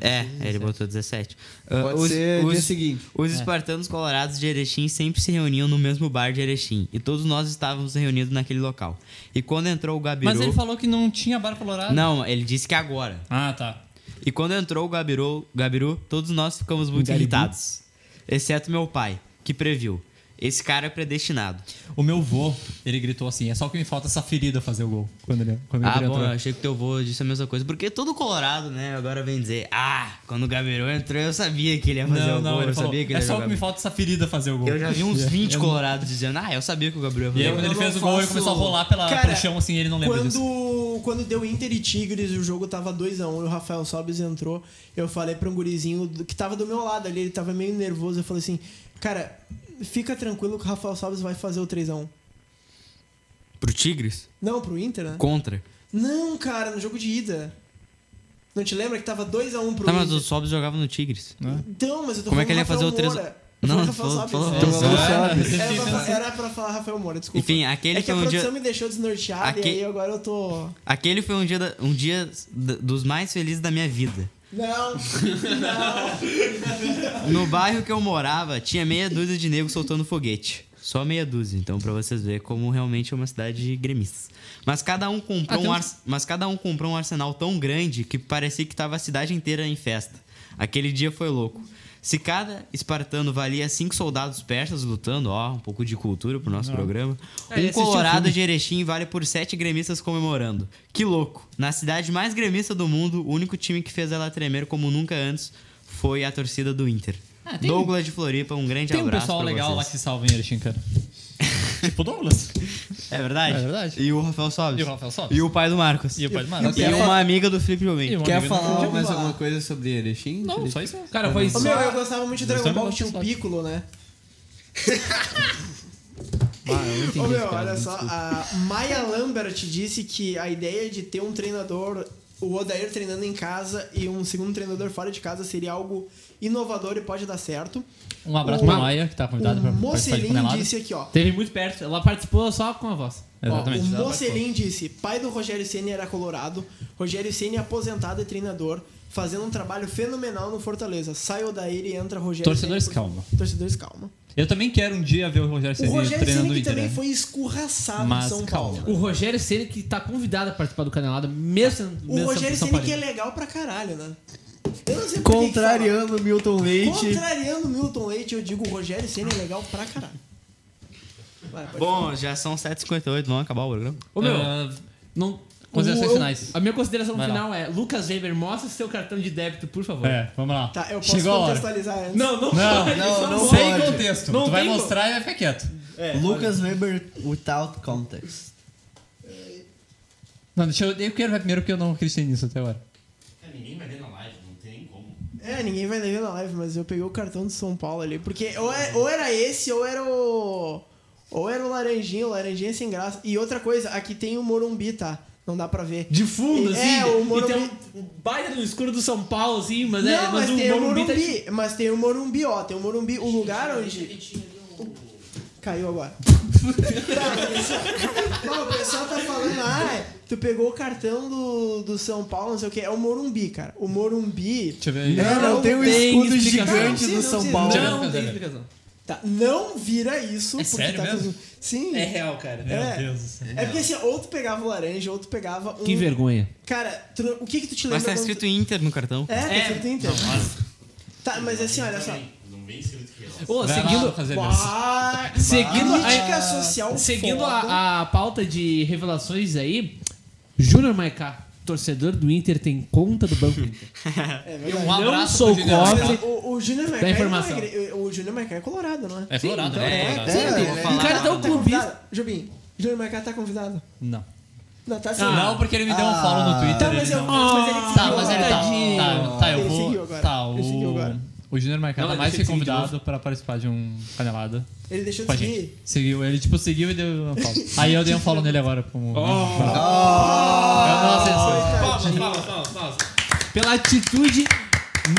S3: É, ele botou 17. Ah,
S2: Pode
S3: os-
S2: ser dia
S3: os-
S2: seguinte.
S1: É.
S3: Os espartanos colorados de Erechim sempre se reuniam no mesmo bar de Erechim, e todos nós estávamos reunidos naquele local. E quando entrou o Gabiru...
S1: Mas ele falou que não tinha bar colorado.
S3: Não, ele disse que agora.
S1: Ah, tá.
S3: E quando entrou o Gabiru, Gabiru todos nós ficamos muito irritados. Exceto meu pai, que previu. Esse cara é predestinado.
S1: O meu vô, ele gritou assim: é só que me falta essa ferida fazer o gol. Quando ele, quando
S3: Ah,
S1: ele
S3: bom,
S1: entrou.
S3: eu achei que teu avô disse a mesma coisa. Porque todo colorado, né, agora vem dizer... Ah, quando o Gabiru entrou, eu sabia que ele ia fazer
S1: Não,
S3: o gol.
S1: não, ele
S3: eu
S1: falou,
S3: sabia que ele
S1: é
S3: ia
S1: só
S3: jogar
S1: que me
S3: bem."
S1: falta essa ferida fazer o gol.
S3: Eu já vi
S1: [laughs]
S3: uns 20 colorados dizendo... Ah, eu sabia que o Gabriel ia fazer
S1: E aí,
S3: o
S1: quando
S3: gol."
S1: ele
S5: não
S1: fez o gol, ele
S5: faço-
S1: começou a rolar pela,
S5: Cara,
S1: pelo chão, assim, ele não lembra disso.
S5: Quando, quando deu Inter e Tigres, o jogo tava 2x1 e o Rafael Sobis entrou, eu falei pra um gurizinho do- que tava do meu lado ali, ele tava meio nervoso, eu falei assim, cara, fica tranquilo que o Rafael Sobis vai fazer o 3x1.
S3: Pro Tigres?
S5: Não, pro Inter, né?
S3: Contra.
S5: Não, cara, no jogo de ida. Não te lembra que tava 2x1 pro
S3: Tá,
S5: Inter?
S3: mas o Sobs jogava no Tigres.
S5: Então, mas eu tô
S3: Como é
S5: falando
S3: que ele ia
S5: Rafael
S3: fazer o 3
S5: Moura. Eu
S3: Não,
S5: falei
S3: tu falou,
S5: Rafael
S3: tu falou.
S5: Sobis,
S2: Tu
S5: né?
S2: falou
S1: Ah,
S2: Sobis.
S1: você
S5: Era
S1: fez-
S5: pra, era pra falar Rafael Moura, desculpa.
S3: Enfim, aquele
S5: é que
S3: foi
S5: a
S3: um
S5: produção
S3: dia-
S5: me deixou desnorteado
S3: Aque-
S5: e aí agora eu tô...
S3: Aquele foi um dia, da- um dia d- dos mais felizes da minha vida.
S1: [laughs]
S5: Não,
S3: No bairro que eu morava, tinha meia dúzia de negros soltando foguete. Só meia dúzia, então, pra vocês verem como realmente é uma cidade de gremistas. Mas cada um comprou, um, ar- mas cada um comprou um arsenal tão grande que parecia que tava a cidade inteira em festa. Aquele dia foi louco. Se cada espartano valia cinco soldados persas lutando, ó, um pouco de cultura pro nosso programa,
S4: É,
S3: um
S4: ele assistiu o
S3: colorado de Erechim vale por sete gremistas comemorando. Que louco! Na cidade mais gremista do mundo, o único time que fez ela tremer como nunca antes foi a torcida do Inter.
S1: Ah, tem-
S3: Douglas de Floripa, um grande
S1: Tem um
S3: abraço.
S1: pessoal
S3: pra
S1: legal lá
S3: vocês.
S1: que salva em Erechim, [laughs] cara. tipo o Douglas.
S3: É verdade?
S1: É verdade.
S3: E o Rafael Sobis.
S1: E o Rafael Sobis.
S3: E o pai do Marcos.
S1: E o pai do Marcos.
S3: E uma amiga do Felipe Jobim.
S1: um
S2: Quer
S1: amigo do-
S2: falar mais alguma coisa sobre Erechim?
S1: Não,
S2: Felipe?
S1: só isso.
S4: Cara,
S3: Uhum.
S4: foi
S5: Ô,
S4: só...
S5: meu, eu gostava muito de Dragon
S1: Nós
S5: Ball,
S1: estamos
S5: tinha um
S1: gostando.
S5: Piccolo, né?
S4: Ah, eu não entendi
S5: Ô
S4: esse
S5: meu,
S4: cara,
S5: olha só,
S4: desculpa.
S5: a Maya Lambert disse que a ideia de ter um treinador, o Odair treinando em casa e um segundo treinador fora de casa seria algo inovador e pode dar certo.
S1: Um abraço
S5: O-
S1: pra Maia, que tá
S5: O
S3: um
S1: convidado pra participar de
S5: Mocelin
S1: canelada.
S5: disse aqui, ó.
S4: Teve muito perto. Ela participou só com a voz.
S1: Exatamente.
S5: Ó, o Mocelin disse: pai do Rogério Ceni era colorado, Rogério Ceni é aposentado e treinador, fazendo um trabalho fenomenal no Fortaleza. Saiu da ele e entra Rogério
S1: Torcedores,
S5: Ceni, por favor."
S1: calma.
S5: Torcedores, calma.
S1: Eu também quero um dia ver o Rogério
S5: O
S1: Ceni
S5: Rogério
S1: treinando
S5: Ceni
S1: o
S5: que
S1: Inter.
S5: também
S1: né?
S5: foi escorraçado
S1: Mas
S5: em São
S1: calma.
S5: Paulo.
S4: O Rogério Ceni que tá convidado a participar do Canelada, mesmo sendo-
S5: O
S4: mesmo
S5: Rogério
S4: sendo
S5: Ceni que é
S4: São Paulino.
S5: legal pra caralho, né? Eu não sei por que que fala.
S2: Contrariando o Milton Leite.
S5: Contrariando o Milton Leite, eu digo o Rogério Ceni é legal pra caralho. Vai, pode
S3: Bom, já são 7h58, vamos acabar o programa.
S4: Ô, meu,
S1: Ah,
S4: não...
S1: Considerações
S4: o- eu-
S1: finais.
S4: A minha consideração
S1: Vai lá.
S4: final é, Lucas Weber, mostra seu cartão de débito, por favor.
S1: é, vamos lá.
S5: Tá, eu posso
S1: Chegou a hora.
S5: contextualizar antes.
S4: Não, não,
S1: Não,
S2: não, não
S1: Sem
S2: pode.
S1: contexto.
S4: Não
S1: tu vai
S4: tem como.
S1: mostrar e vai ficar quieto.
S2: Lucas Weber without context.
S1: Não, deixa eu. Eu quero ver primeiro porque eu não acreditei nisso até agora.
S6: Cara, É, ninguém vai ver na live, não tem nem como.
S5: É, ninguém vai ver na live, mas eu peguei o cartão do São Paulo ali. Porque ou, é- ou era esse, ou era o. Ou era o Laranjinha, o Laranjinha é sem graça. E outra coisa, aqui tem o Morumbi, tá? Não dá pra ver.
S4: De fundo,
S5: É,
S4: assim.
S5: o
S4: e
S5: Morumbi-
S4: tem um, um baita no escuro do São Paulo, assim, mas, é,
S5: Não, mas, tem o
S4: tá-
S5: Morumbi. Mas tem o Morumbi, ó. Tem o Morumbi, o lugar onde. Caiu agora. [laughs] tá, mas... Não, o pessoal tá falando, ah, tu pegou o cartão do, do São Paulo, não sei o que. É o Morumbi, cara. O Morumbi.
S1: Deixa eu ver aí.
S5: Não, não
S2: tem o
S4: tem
S2: escudo
S4: explicação.
S2: gigante
S5: Não,
S2: do
S5: não
S2: São
S5: precisa,
S2: Paulo.
S1: precisa.
S4: Não, não tem explicação.
S5: Tá, não vira isso.
S1: É sério
S5: tá
S1: mesmo?
S5: com- Sim.
S4: É real, cara.
S1: Meu
S5: É.
S1: Deus do céu.
S5: É porque assim, ou tu pegava o laranja, ou tu pegava um.
S4: Que vergonha.
S5: Cara, tu não- o que que tu te lembra?
S3: Mas tá
S5: quando tu-
S3: escrito Inter no cartão.
S5: É, tá
S4: É.
S5: escrito Inter. Tá, mas assim, olha só.
S6: Não vem escrito que é lá.
S4: Ô,
S1: Vai lá,
S4: seguindo,
S1: fazer isso.
S5: Bah,
S4: Seguindo a-
S5: crítica social.
S4: seguindo
S5: foda.
S4: a, a pauta de revelações aí, Júnior Maiká, torcedor do Inter, tem conta do
S3: [laughs]
S4: Banco Inter.
S5: É
S1: Um
S5: verdade.
S4: não
S1: abraço
S4: sou
S1: pro Juliano
S4: cobre.
S1: Machado.
S5: O, o Júnior Mercado.
S4: informação.
S5: o Júnior Mercado é colorado, não é?
S1: É colorado,
S5: então,
S1: é colorado.
S5: Sim,
S2: É,
S5: tem-
S2: eu vou
S5: o
S2: falar.
S5: cara
S4: Tá,
S5: tão
S4: tá
S5: convidado. Jubim, Júnior Mercado tá convidado.
S1: Não.
S5: Não, tá sim.
S4: Ah,
S1: Não, porque ele me deu um follow no Twitter.
S5: tá, mas
S1: ele
S5: eu.
S1: não-
S5: Mas ele
S1: Tá,
S5: seguiu
S1: mas ele tá.
S5: agora.
S1: Tá, tá, eu
S5: Ele seguiu
S1: vou.
S5: agora.
S1: Tá,
S5: Ele seguiu agora.
S1: o. O Júnior Mercado
S4: Não,
S1: tá
S4: mas
S1: mais que
S4: deixa ele seguir de
S1: convidado pra participar de um canelada.
S5: Ele deixou
S1: Com
S5: de
S1: a gente.
S5: seguir.
S1: Seguiu, ele tipo seguiu e deu um follow. Aí eu dei um follow nele agora. Como...
S4: Oh.
S1: Eu não acesso.
S4: Palmas, palmas, palmas, palmas. Pela atitude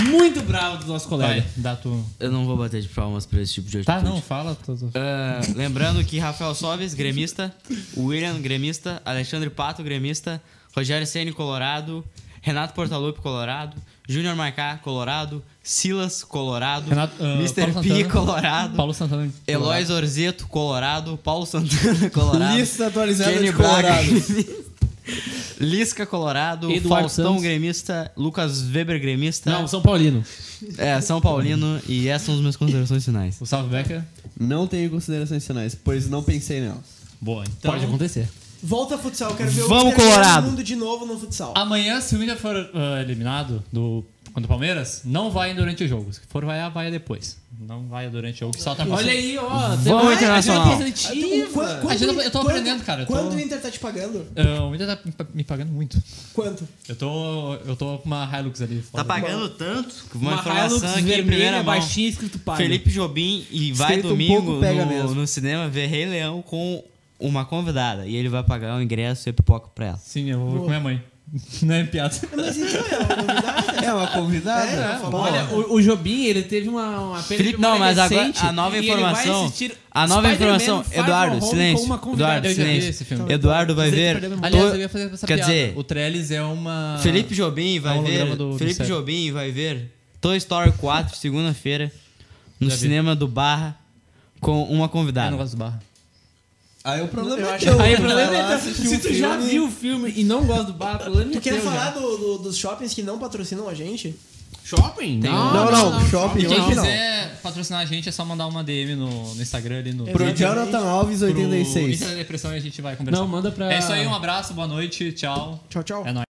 S4: muito brava do nosso
S1: Vai,
S4: colega.
S1: dá tu.
S3: Eu não vou bater de palmas pra esse tipo de
S1: Tá,
S3: atitude.
S1: não, fala. tu- tu-
S3: Ah, lembrando que Rafael Soares, gremista, William, gremista, Alexandre Pato, gremista, Rogério Ceni, colorado, Renato Portaluppi, colorado, Júnior Marcá, colorado, Silas, colorado,
S1: Renato, ah,
S3: Mr.
S1: Paulo
S3: P,
S1: Santana.
S3: colorado,
S1: Paulo Santana.
S3: Eloy Orzeto, colorado, Paulo Santana, [laughs] colorado,
S2: Lista atualizada
S3: Kenny
S2: de colorados.
S3: Braga, Lisca, colorado,
S4: Eduardo
S3: Faustão,
S4: Santos.
S3: gremista, Lucas Weber, gremista,
S4: Não, São Paulino.
S3: é, São Paulino, e essas são as minhas considerações finais.
S1: O Salve Becker.
S2: Não tenho considerações finais, pois não pensei nelas.
S1: Boa, então.
S4: Pode acontecer.
S5: Volta futsal, eu quero ver
S3: Vamos,
S5: o Inter ganhar
S3: Colorado.
S5: o mundo de novo no futsal.
S1: Amanhã, se o Inter for ah, eliminado do, contra o Palmeiras, não vai durante o jogo. Se for vaiar, vai depois. Não vai durante o jogo, que só tá
S4: Olha aí, ó.
S3: Vamos,
S4: tem-
S3: Internacional.
S4: agenda positiva.
S5: Quan- quanto-
S1: A gente- eu tô
S5: quanto-
S1: aprendendo, cara, eu tô-
S5: Quanto o Inter tá te pagando?
S1: Ah, o Inter tá me pa- me pagando muito.
S5: Quanto?
S1: Eu tô, eu tô com uma Hilux ali.
S3: Tá
S1: foda.
S3: pagando tanto que uma,
S4: Uma Hilux
S3: informação aqui em primeira
S1: é
S4: vermelha,
S3: mão.
S4: baixinha, escrito palha.
S3: Felipe Jobim e vai
S2: Escrito um
S3: domingo
S2: pouco pega
S3: no,
S2: mesmo.
S3: no cinema ver Rei Leão com uma convidada. E ele vai pagar o ingresso e a pipoca pra ela.
S1: Sim, eu vou ver com minha mãe. [laughs] Não é piada.
S5: Mas então, é uma novidade.
S2: É uma convidada?
S5: É,
S2: Pô,
S4: Tá? Olha, o, o Jobim, ele teve uma, uma perda
S3: Felipe,
S4: de
S3: não,
S4: memória
S3: mas agora
S4: recente
S3: a nova
S4: e ele vai
S3: informação-
S4: assistir
S3: a nova
S4: Spider-Man
S3: informação,
S4: Far From
S3: Eduardo,
S4: Home
S3: silêncio.
S4: com uma convidada.
S3: Eduardo,
S1: Eu já vi
S3: silêncio.
S1: esse filme. tá
S3: Eduardo vai
S4: Vocês
S3: ver.
S4: perderam a memória.
S1: Aliás,
S3: to-
S1: eu ia fazer essa
S3: Quer
S1: piada.
S3: dizer,
S1: o Trellis é uma.
S3: Felipe Jobim vai
S1: É um holograma
S3: ver.
S1: do- do
S3: Felipe
S1: céu.
S3: Jobim vai ver Toy Story 4, segunda-feira, no
S1: Já vi.
S3: cinema do Barra, com uma
S1: Eu não
S3: convidada.
S1: gosto um do barra.
S2: Aí o problema
S5: Eu
S2: é
S5: acho-
S2: teu,
S4: Aí,
S2: tu vai
S4: problema
S2: lá,
S4: é que
S2: assiste
S4: se
S2: um
S4: tu já
S2: filme.
S4: viu o filme e não gosta do bar, problema
S5: Tu
S4: é
S5: quer
S4: teu
S5: falar
S4: já.
S5: do, do- dos shoppings que não patrocinam a gente?
S4: Shopping?
S2: Não, não, shopping
S1: Quem
S2: hoje não.
S1: quiser patrocinar a gente é só mandar uma DM no, no Instagram ali no.
S2: Pro
S1: Twitter,
S2: Jonathan Alves
S1: pro Insta
S2: 86.
S1: da Depressão e a gente vai conversar.
S2: É
S4: Não, manda pra...
S2: um
S1: É isso aí, um abraço, boa noite, tchau.
S5: Tchau, tchau.
S1: É nóis.